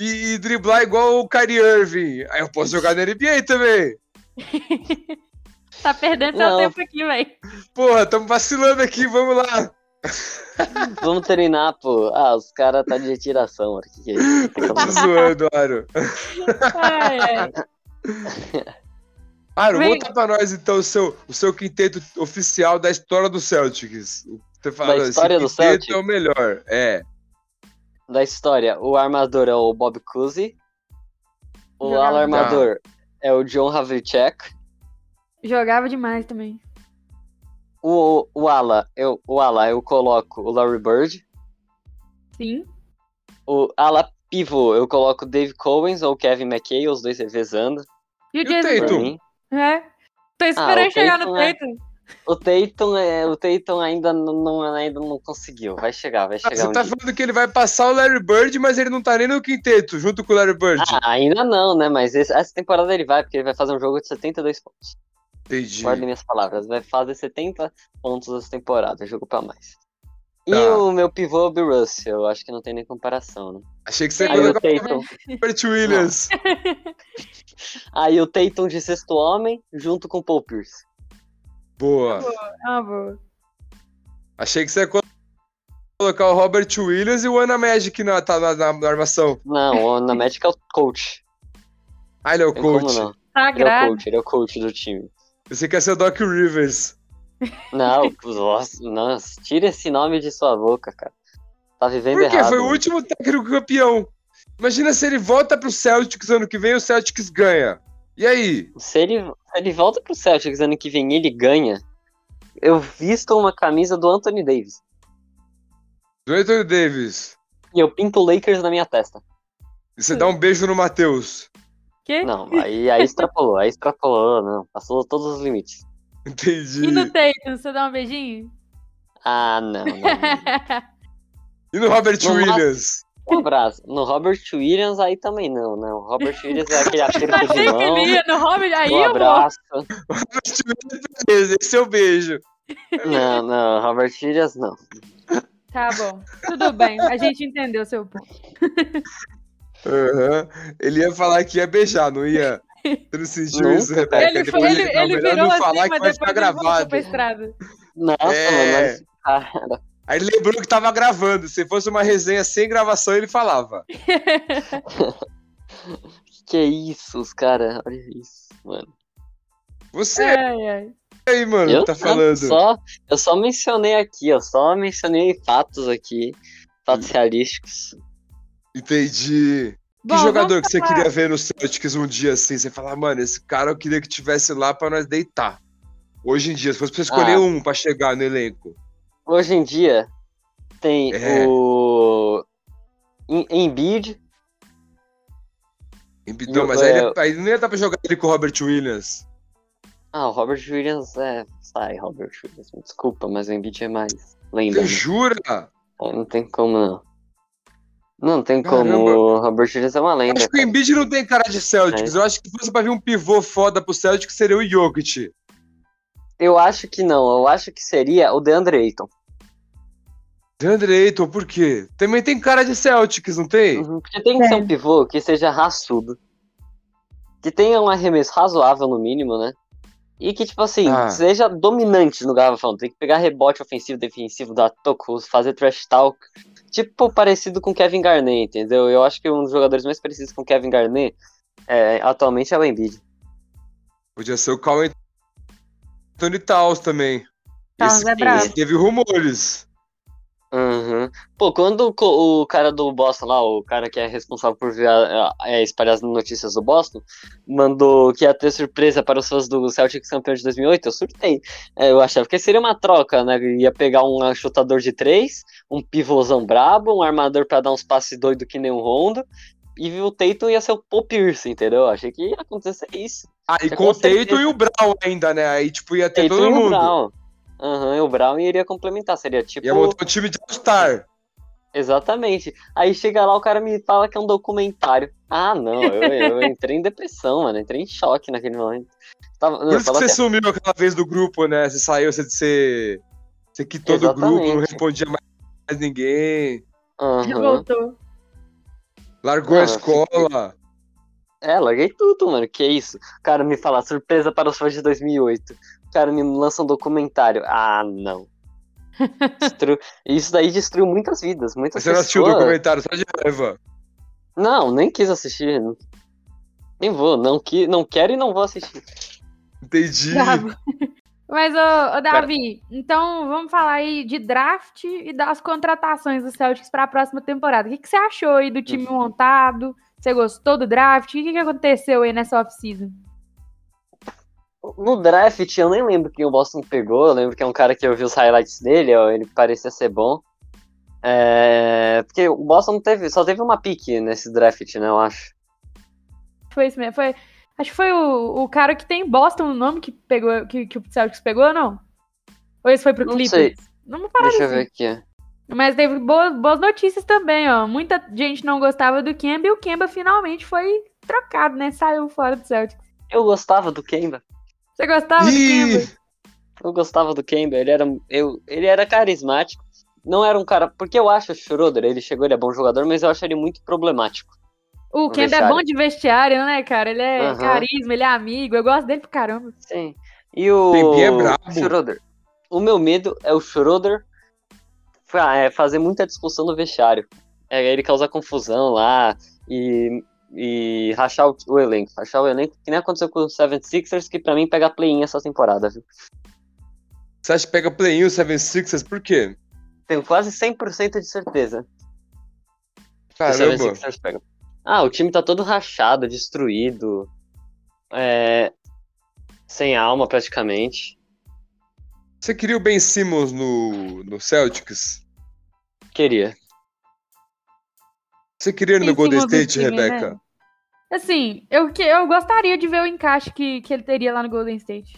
[SPEAKER 2] E, e driblar igual o Kyrie Irving. Aí eu posso jogar na NBA também.
[SPEAKER 1] Tá perdendo seu
[SPEAKER 3] Não.
[SPEAKER 1] tempo aqui, velho.
[SPEAKER 2] Porra, tamo vacilando aqui, vamos lá.
[SPEAKER 3] Vamos treinar, pô. Ah, os caras tá de retiração. mano. Que que é isso? Tá
[SPEAKER 2] Tô
[SPEAKER 3] bom.
[SPEAKER 2] zoando, Aro.
[SPEAKER 1] Ai, ai.
[SPEAKER 2] Aro,
[SPEAKER 1] Vem.
[SPEAKER 2] conta pra nós então o seu, o seu quinteto oficial da história do Celtics. Você fala, esse
[SPEAKER 3] história do
[SPEAKER 2] quinteto
[SPEAKER 3] Celtics?
[SPEAKER 2] é o melhor. É.
[SPEAKER 3] da história, o armador é o Bob Cousy. O
[SPEAKER 1] Jogava.
[SPEAKER 3] ala armador
[SPEAKER 2] Ah.
[SPEAKER 3] é o John Havlicek.
[SPEAKER 1] Jogava demais também.
[SPEAKER 3] O, o, ala, eu, o ala, eu coloco o Larry Bird.
[SPEAKER 1] Sim.
[SPEAKER 3] O ala pivô, eu coloco o Dave Cowens ou o Kevin McKay, os dois revezando.
[SPEAKER 1] E
[SPEAKER 2] E
[SPEAKER 1] o
[SPEAKER 2] o
[SPEAKER 1] Jason
[SPEAKER 2] Tatum?
[SPEAKER 3] Pra
[SPEAKER 2] Tatum?
[SPEAKER 3] mim.
[SPEAKER 1] É. Tô
[SPEAKER 3] Ah,
[SPEAKER 1] esperando
[SPEAKER 3] o
[SPEAKER 1] chegar
[SPEAKER 3] Tatum
[SPEAKER 1] no
[SPEAKER 3] é-
[SPEAKER 1] peito.
[SPEAKER 3] O Tatum, é, o Tatum ainda não, não- ainda não conseguiu. Vai chegar, vai
[SPEAKER 2] Ah,
[SPEAKER 3] chegar.
[SPEAKER 2] Você
[SPEAKER 3] um
[SPEAKER 2] tá
[SPEAKER 3] dia.
[SPEAKER 2] falando que ele vai passar o Larry Bird, mas ele não tá nem no quinteto, junto com o Larry Bird.
[SPEAKER 3] Ah, ainda não, né? Mas esse- essa temporada ele vai, porque ele vai fazer um jogo de 72 pontos.
[SPEAKER 2] Entendi.
[SPEAKER 3] Guardem minhas palavras. Vai fazer 70 pontos essa temporada, um jogo pra mais. E
[SPEAKER 2] Tá.
[SPEAKER 3] o meu pivô, o Bill Russell, eu acho que não tem nem comparação, né?
[SPEAKER 2] Achei que você ia
[SPEAKER 1] Aí
[SPEAKER 3] Aí o
[SPEAKER 2] colocar o
[SPEAKER 3] Tatum,
[SPEAKER 2] Robert Williams.
[SPEAKER 3] aí o Tatum de sexto homem, junto com o Paul Pierce.
[SPEAKER 2] Boa.
[SPEAKER 1] Ah, boa.
[SPEAKER 2] Achei que você ia colo- colocar o Robert Williams e o Ana Magic na, tá na, na- na armação.
[SPEAKER 3] Não,
[SPEAKER 2] (laughs)
[SPEAKER 3] o na Magic é o coach.
[SPEAKER 2] Ah, ele é o
[SPEAKER 3] Tem como
[SPEAKER 2] coach.
[SPEAKER 3] não. Ele é o
[SPEAKER 1] Sagrado.
[SPEAKER 3] coach, ele é o coach do time.
[SPEAKER 2] Você quer ser o Doc Rivers.
[SPEAKER 3] Não, nossa, nossa, tira esse nome de sua boca, cara. Tá vivendo
[SPEAKER 2] Por quê?
[SPEAKER 3] errado.
[SPEAKER 2] Foi o último técnico campeão. Imagina se ele volta pro Celtics ano que vem e o Celtics ganha. E aí?
[SPEAKER 3] Se ele, se ele volta pro Celtics ano que vem e ele ganha, eu visto uma camisa do Anthony Davis.
[SPEAKER 2] Do Anthony Davis.
[SPEAKER 3] E eu pinto o Lakers na minha testa.
[SPEAKER 2] E você dá um beijo no Matheus. (laughs)
[SPEAKER 1] Quê?
[SPEAKER 3] Não, aí, aí extrapolou, aí extrapolou, não. Passou todos os limites.
[SPEAKER 2] Entendi.
[SPEAKER 1] E no Tatum, você dá um beijinho? (laughs)
[SPEAKER 3] Ah, não. não, não.
[SPEAKER 2] Robert
[SPEAKER 3] No
[SPEAKER 2] Williams?
[SPEAKER 3] Um abraço. No Robert Williams, aí também não, não. O Robert Williams é aquele
[SPEAKER 2] Tá
[SPEAKER 3] aperto de
[SPEAKER 1] Achei que
[SPEAKER 3] mão.
[SPEAKER 1] ele ia no Robert. Aí,
[SPEAKER 3] Um
[SPEAKER 1] amor.
[SPEAKER 3] abraço.
[SPEAKER 2] Robert Williams, (laughs) beleza. Esse é o beijo.
[SPEAKER 3] Não, não, Robert Williams não.
[SPEAKER 1] Tá bom. Tudo bem. A gente entendeu seu ponto.
[SPEAKER 2] Aham. Ele ia falar que ia beijar,
[SPEAKER 1] (laughs)
[SPEAKER 2] não ia? Você não sentiu
[SPEAKER 3] Nunca, né?
[SPEAKER 2] isso, Rebeca?
[SPEAKER 3] cara.
[SPEAKER 1] Ele, foi,
[SPEAKER 2] Depois
[SPEAKER 1] ele,
[SPEAKER 2] É, não,
[SPEAKER 1] ele
[SPEAKER 2] melhor
[SPEAKER 1] virou
[SPEAKER 2] não
[SPEAKER 1] assim,
[SPEAKER 2] falar
[SPEAKER 1] mas
[SPEAKER 2] que vai
[SPEAKER 1] depois
[SPEAKER 2] ficar
[SPEAKER 1] ele voltou
[SPEAKER 2] gravado.
[SPEAKER 1] pra estrada.
[SPEAKER 3] Nossa,
[SPEAKER 2] É.
[SPEAKER 3] mano, mas, cara,
[SPEAKER 2] Aí ele lembrou que tava gravando. Se fosse uma resenha sem gravação, ele falava.
[SPEAKER 3] Que isso, os cara, olha isso, mano.
[SPEAKER 2] Você
[SPEAKER 1] Ai, ai.
[SPEAKER 2] aí, mano,
[SPEAKER 3] É. eu
[SPEAKER 2] tá
[SPEAKER 3] não,
[SPEAKER 2] falando.
[SPEAKER 3] Só, eu só mencionei aqui, eu só mencionei fatos aqui, fatos
[SPEAKER 2] Hum.
[SPEAKER 3] realísticos.
[SPEAKER 2] Entendi.
[SPEAKER 1] Bom,
[SPEAKER 2] que jogador
[SPEAKER 1] vamos
[SPEAKER 2] que você
[SPEAKER 1] falar-
[SPEAKER 2] queria ver no Celtics um dia assim? Você falar, mano, esse cara eu queria que tivesse lá pra nós deitar. Hoje em dia, se fosse pra você escolher
[SPEAKER 3] Ah.
[SPEAKER 2] um pra chegar no elenco.
[SPEAKER 3] Hoje em dia tem
[SPEAKER 2] É.
[SPEAKER 3] o Em- Embiid,
[SPEAKER 2] Não,
[SPEAKER 3] Eu-
[SPEAKER 2] mas aí,
[SPEAKER 3] é-
[SPEAKER 2] ele- tá- aí não ia dar pra jogar ele com o Robert Williams.
[SPEAKER 3] ah, o Robert Williams é, sai Robert Williams, me desculpa, mas o Embiid é mais
[SPEAKER 2] Você
[SPEAKER 3] lenda.
[SPEAKER 2] (laughs)
[SPEAKER 3] né?
[SPEAKER 2] jura?
[SPEAKER 3] Ah, Não tem como não. Não tem como,
[SPEAKER 2] Caramba.
[SPEAKER 3] o Robert Williams é uma lenda.
[SPEAKER 2] Acho que o Embiid não tem cara de Celtics. Eu acho que se fosse pra vir um pivô foda pro Celtics, seria o Jokic.
[SPEAKER 3] Eu acho que não, eu acho que seria o DeAndre Ayton.
[SPEAKER 2] Deandre Ayton, por quê? Também tem cara de Celtics, não tem?
[SPEAKER 3] Uhum, Porque tem que ser um pivô que seja raçudo. que tenha um arremesso razoável no mínimo, né? E que, tipo assim,
[SPEAKER 2] Ah.
[SPEAKER 3] seja dominante no garrafão. Tem que pegar rebote ofensivo, defensivo, dar toco, fazer trash talk. Tipo, parecido com Kevin Garnett, entendeu? Eu acho que um dos jogadores mais parecidos com Kevin Garnett é, atualmente é o Embiid.
[SPEAKER 2] Podia ser o Carl Anthony Taus também.
[SPEAKER 1] Towns
[SPEAKER 2] esse,
[SPEAKER 1] é brabo.
[SPEAKER 2] esse teve rumores.
[SPEAKER 3] Uhum. Pô, quando o co- o cara do Boston lá, o cara que é responsável por via- é, espalhar as notícias do Boston, mandou que ia ter surpresa para os fãs do Celtics campeão de 2008, eu surtei. É, Eu achava que seria uma troca, né? Ia pegar um chutador de três, um pivôzão brabo, um armador para dar uns passes doido que nem um Rondo, e o Tatum ia ser o Paul Pierce, entendeu? Eu achei que ia acontecer isso.
[SPEAKER 2] Ah, e
[SPEAKER 3] É,
[SPEAKER 2] com o
[SPEAKER 3] com certeza.
[SPEAKER 2] Tatum e o Brown ainda, né? Aí, tipo, ia ter
[SPEAKER 3] Tatum
[SPEAKER 2] todo
[SPEAKER 3] e o
[SPEAKER 2] mundo.
[SPEAKER 3] Brown. Aham, e o Brown iria complementar, seria tipo...
[SPEAKER 2] Ia montar um time de All-Star.
[SPEAKER 3] Exatamente. Aí chega lá, o cara me fala que é um documentário. Ah, não, eu, eu entrei em depressão, mano. Entrei em choque naquele momento. Tava,
[SPEAKER 2] Por
[SPEAKER 3] eu
[SPEAKER 2] isso que
[SPEAKER 3] tava
[SPEAKER 2] você
[SPEAKER 3] até-
[SPEAKER 2] sumiu aquela vez do grupo, né? Você saiu, você, você, você quitou do grupo, não
[SPEAKER 3] Exatamente.
[SPEAKER 2] respondia mais, mais ninguém.
[SPEAKER 3] Aham.
[SPEAKER 1] Voltou.
[SPEAKER 2] Largou
[SPEAKER 3] Ah,
[SPEAKER 2] a escola.
[SPEAKER 3] É, larguei tudo, mano. Que isso? O cara me fala, surpresa para os fãs de 2008. O cara me lança um documentário.
[SPEAKER 2] (laughs)
[SPEAKER 3] Ah, não. Destru... Isso daí destruiu muitas vidas, muitas
[SPEAKER 2] Você não assistiu o
[SPEAKER 3] pessoas.
[SPEAKER 2] documentário, só de raiva.
[SPEAKER 3] Não, nem quis assistir. Nem vou, não, que... não quero e não vou assistir.
[SPEAKER 1] (laughs)
[SPEAKER 2] Entendi.
[SPEAKER 1] Bravo. Mas, ô, ô, Davi, então vamos falar aí de draft e das contratações do Celtics para a próxima temporada. O que, que você achou aí do
[SPEAKER 2] Uhum.
[SPEAKER 1] time montado? Você gostou do draft? O que, que aconteceu aí nessa off-season?
[SPEAKER 3] No draft, eu nem lembro quem o Boston pegou. Eu lembro que é um cara que eu vi os highlights dele, ó, ele parecia ser bom. É, porque o Boston teve, só teve uma pique nesse draft, né, eu acho.
[SPEAKER 1] Foi isso mesmo? Foi, acho que foi o, o cara que tem Boston o nome que, pegou, que, que o Celtics pegou ou não? Ou esse foi pro
[SPEAKER 3] Não
[SPEAKER 1] Clippers?
[SPEAKER 3] sei.
[SPEAKER 1] Não me parece.
[SPEAKER 3] Deixa eu ver aqui.
[SPEAKER 1] Mas teve boas, boas notícias também, ó. Muita gente não gostava do Kemba e o Kemba finalmente foi trocado, né? Saiu fora do Celtics.
[SPEAKER 3] Eu gostava do Kemba.
[SPEAKER 1] Você gostava do Kemba?
[SPEAKER 2] Ih,
[SPEAKER 3] Eu gostava do Kemba, ele era, eu, ele era carismático. Não era um cara. Porque eu acho o Schroeder, ele chegou, ele é bom jogador, mas eu acho ele muito problemático.
[SPEAKER 1] O
[SPEAKER 3] No
[SPEAKER 1] Kemba é
[SPEAKER 3] vestiário.
[SPEAKER 1] bom de vestiário, né, cara? Ele é
[SPEAKER 3] Aham.
[SPEAKER 1] carisma, ele é amigo. Eu gosto dele pra caramba.
[SPEAKER 3] Sim. E o.
[SPEAKER 2] Kemba é brabo.
[SPEAKER 3] Schroeder. O meu medo é o Schroeder fa- é, fazer muita discussão no vestiário. É ele causar confusão lá e, e rachar o, o elenco. Rachar o elenco, que nem aconteceu com o 76ers, que pra mim pega play-in essa temporada, viu?
[SPEAKER 2] você acha que pega play-in o 76ers? Por quê?
[SPEAKER 3] Tenho quase 100% de certeza que o
[SPEAKER 2] Caramba.
[SPEAKER 3] 76ers pega. Ah, o time tá todo rachado, destruído. é, sem alma praticamente.
[SPEAKER 2] Você queria o Ben Simmons no, no Celtics?
[SPEAKER 3] Queria.
[SPEAKER 2] Você queria ele no
[SPEAKER 1] Em cima
[SPEAKER 2] Golden
[SPEAKER 1] do
[SPEAKER 2] State,
[SPEAKER 1] time, né?
[SPEAKER 2] Rebeca?
[SPEAKER 1] Assim, eu, que- eu gostaria de ver o encaixe que, que ele teria lá no Golden State.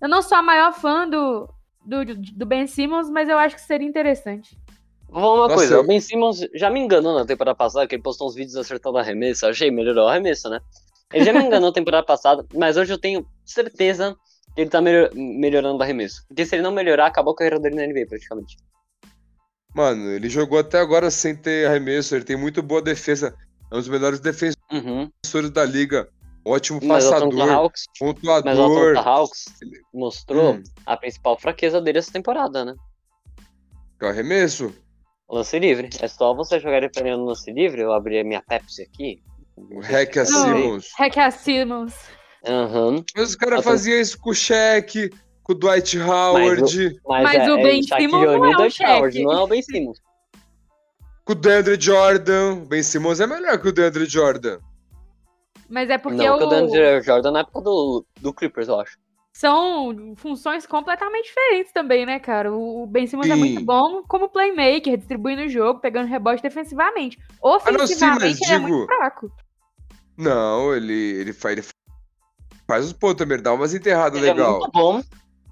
[SPEAKER 1] Eu não sou a maior fã do, do, do Ben Simmons, mas eu acho que seria interessante.
[SPEAKER 3] Vou falar uma
[SPEAKER 2] Nossa,
[SPEAKER 3] coisa,
[SPEAKER 2] eu-
[SPEAKER 3] o Ben Simmons já me enganou na temporada passada, que ele postou uns vídeos acertando arremesso, eu achei melhorou o arremesso, né? Ele já me enganou na temporada passada, mas hoje eu tenho certeza que ele tá melhor- melhorando o arremesso. Porque se ele não melhorar, acabou a carreira dele na NBA, praticamente.
[SPEAKER 2] Mano, ele jogou até agora sem ter arremesso, ele tem muito boa defesa. É um dos melhores defensores
[SPEAKER 3] Uhum.
[SPEAKER 2] da liga. Ótimo
[SPEAKER 3] Mas o Atlanta
[SPEAKER 2] passador,
[SPEAKER 3] Hawks, mas o
[SPEAKER 2] pontuador.
[SPEAKER 3] Atlanta Hawks mostrou
[SPEAKER 2] Hum,
[SPEAKER 3] a principal fraqueza dele essa temporada, né?
[SPEAKER 2] que é o arremesso.
[SPEAKER 3] Lance livre. É só você jogar ele pegando lance livre, eu abri a minha Pepsi aqui.
[SPEAKER 2] O hack a
[SPEAKER 1] Não.
[SPEAKER 2] Simmons.
[SPEAKER 1] Hack É a Simmons.
[SPEAKER 3] Aham.
[SPEAKER 2] Mas os caras
[SPEAKER 3] Atlanta-
[SPEAKER 2] faziam isso com o Shaq, com o Dwight Howard,
[SPEAKER 3] Mas,
[SPEAKER 1] Mas
[SPEAKER 3] é,
[SPEAKER 1] o Ben
[SPEAKER 3] é Shaquille
[SPEAKER 1] Simmons não é
[SPEAKER 3] O'Neal e
[SPEAKER 1] um
[SPEAKER 3] Dwight Howard,
[SPEAKER 1] cheque.
[SPEAKER 3] não é o Ben Simmons.
[SPEAKER 2] com o DeAndre Jordan. Ben Simmons é melhor que o DeAndre Jordan.
[SPEAKER 1] Mas é porque
[SPEAKER 3] não,
[SPEAKER 1] o-
[SPEAKER 3] que o DeAndre Jordan na época do, do Clippers, eu acho.
[SPEAKER 1] são funções completamente diferentes também, né, cara? O o Ben Simmons é
[SPEAKER 2] Sim.
[SPEAKER 1] muito bom como playmaker, distribuindo o jogo, pegando rebote defensivamente.
[SPEAKER 2] Ah, sim, mas
[SPEAKER 1] Ofensivamente, ele é muito
[SPEAKER 2] digo-
[SPEAKER 1] fraco.
[SPEAKER 2] Não, ele, ele, faz, ele faz os pontos também, ele dá umas enterradas
[SPEAKER 3] Ele é
[SPEAKER 2] legal.
[SPEAKER 3] muito bom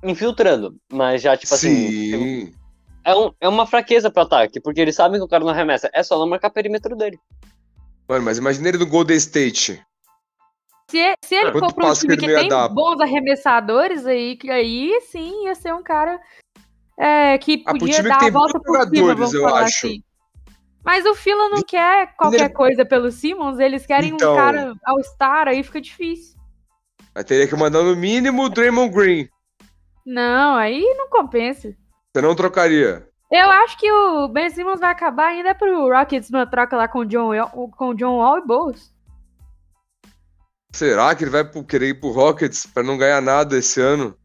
[SPEAKER 3] infiltrando, mas já, tipo assim.
[SPEAKER 2] Sim.
[SPEAKER 3] É, um- é uma fraqueza pro ataque, porque eles sabem que o cara não arremessa. É só não marcar perímetro dele.
[SPEAKER 2] Mano, mas imagina ele no Golden State.
[SPEAKER 1] Se, se ele
[SPEAKER 2] É, Quanto
[SPEAKER 1] for para um
[SPEAKER 2] passe
[SPEAKER 1] time
[SPEAKER 2] que ele
[SPEAKER 1] que
[SPEAKER 2] não ia
[SPEAKER 1] tem
[SPEAKER 2] dar, pô?
[SPEAKER 1] bons arremessadores aí, que aí sim ia ser um cara é, que
[SPEAKER 2] Ah, pro
[SPEAKER 1] podia
[SPEAKER 2] time que
[SPEAKER 1] dar
[SPEAKER 2] tem
[SPEAKER 1] a volta
[SPEAKER 2] bons
[SPEAKER 1] por cima,
[SPEAKER 2] jogadores,
[SPEAKER 1] vamos
[SPEAKER 2] eu
[SPEAKER 1] falar
[SPEAKER 2] acho.
[SPEAKER 1] assim. Mas o Fila não quer qualquer coisa pelo Simmons, eles querem
[SPEAKER 2] Então.
[SPEAKER 1] um cara all-star, aí fica difícil.
[SPEAKER 2] Mas teria que mandar no mínimo o Draymond Green.
[SPEAKER 1] Não, aí não compensa.
[SPEAKER 2] Você não trocaria.
[SPEAKER 1] Eu acho que o Ben Simmons vai acabar ainda pro Rockets numa troca lá com o John, com o John Wall e Bulls.
[SPEAKER 2] Será que ele vai pro- querer ir pro Rockets pra não ganhar nada esse ano?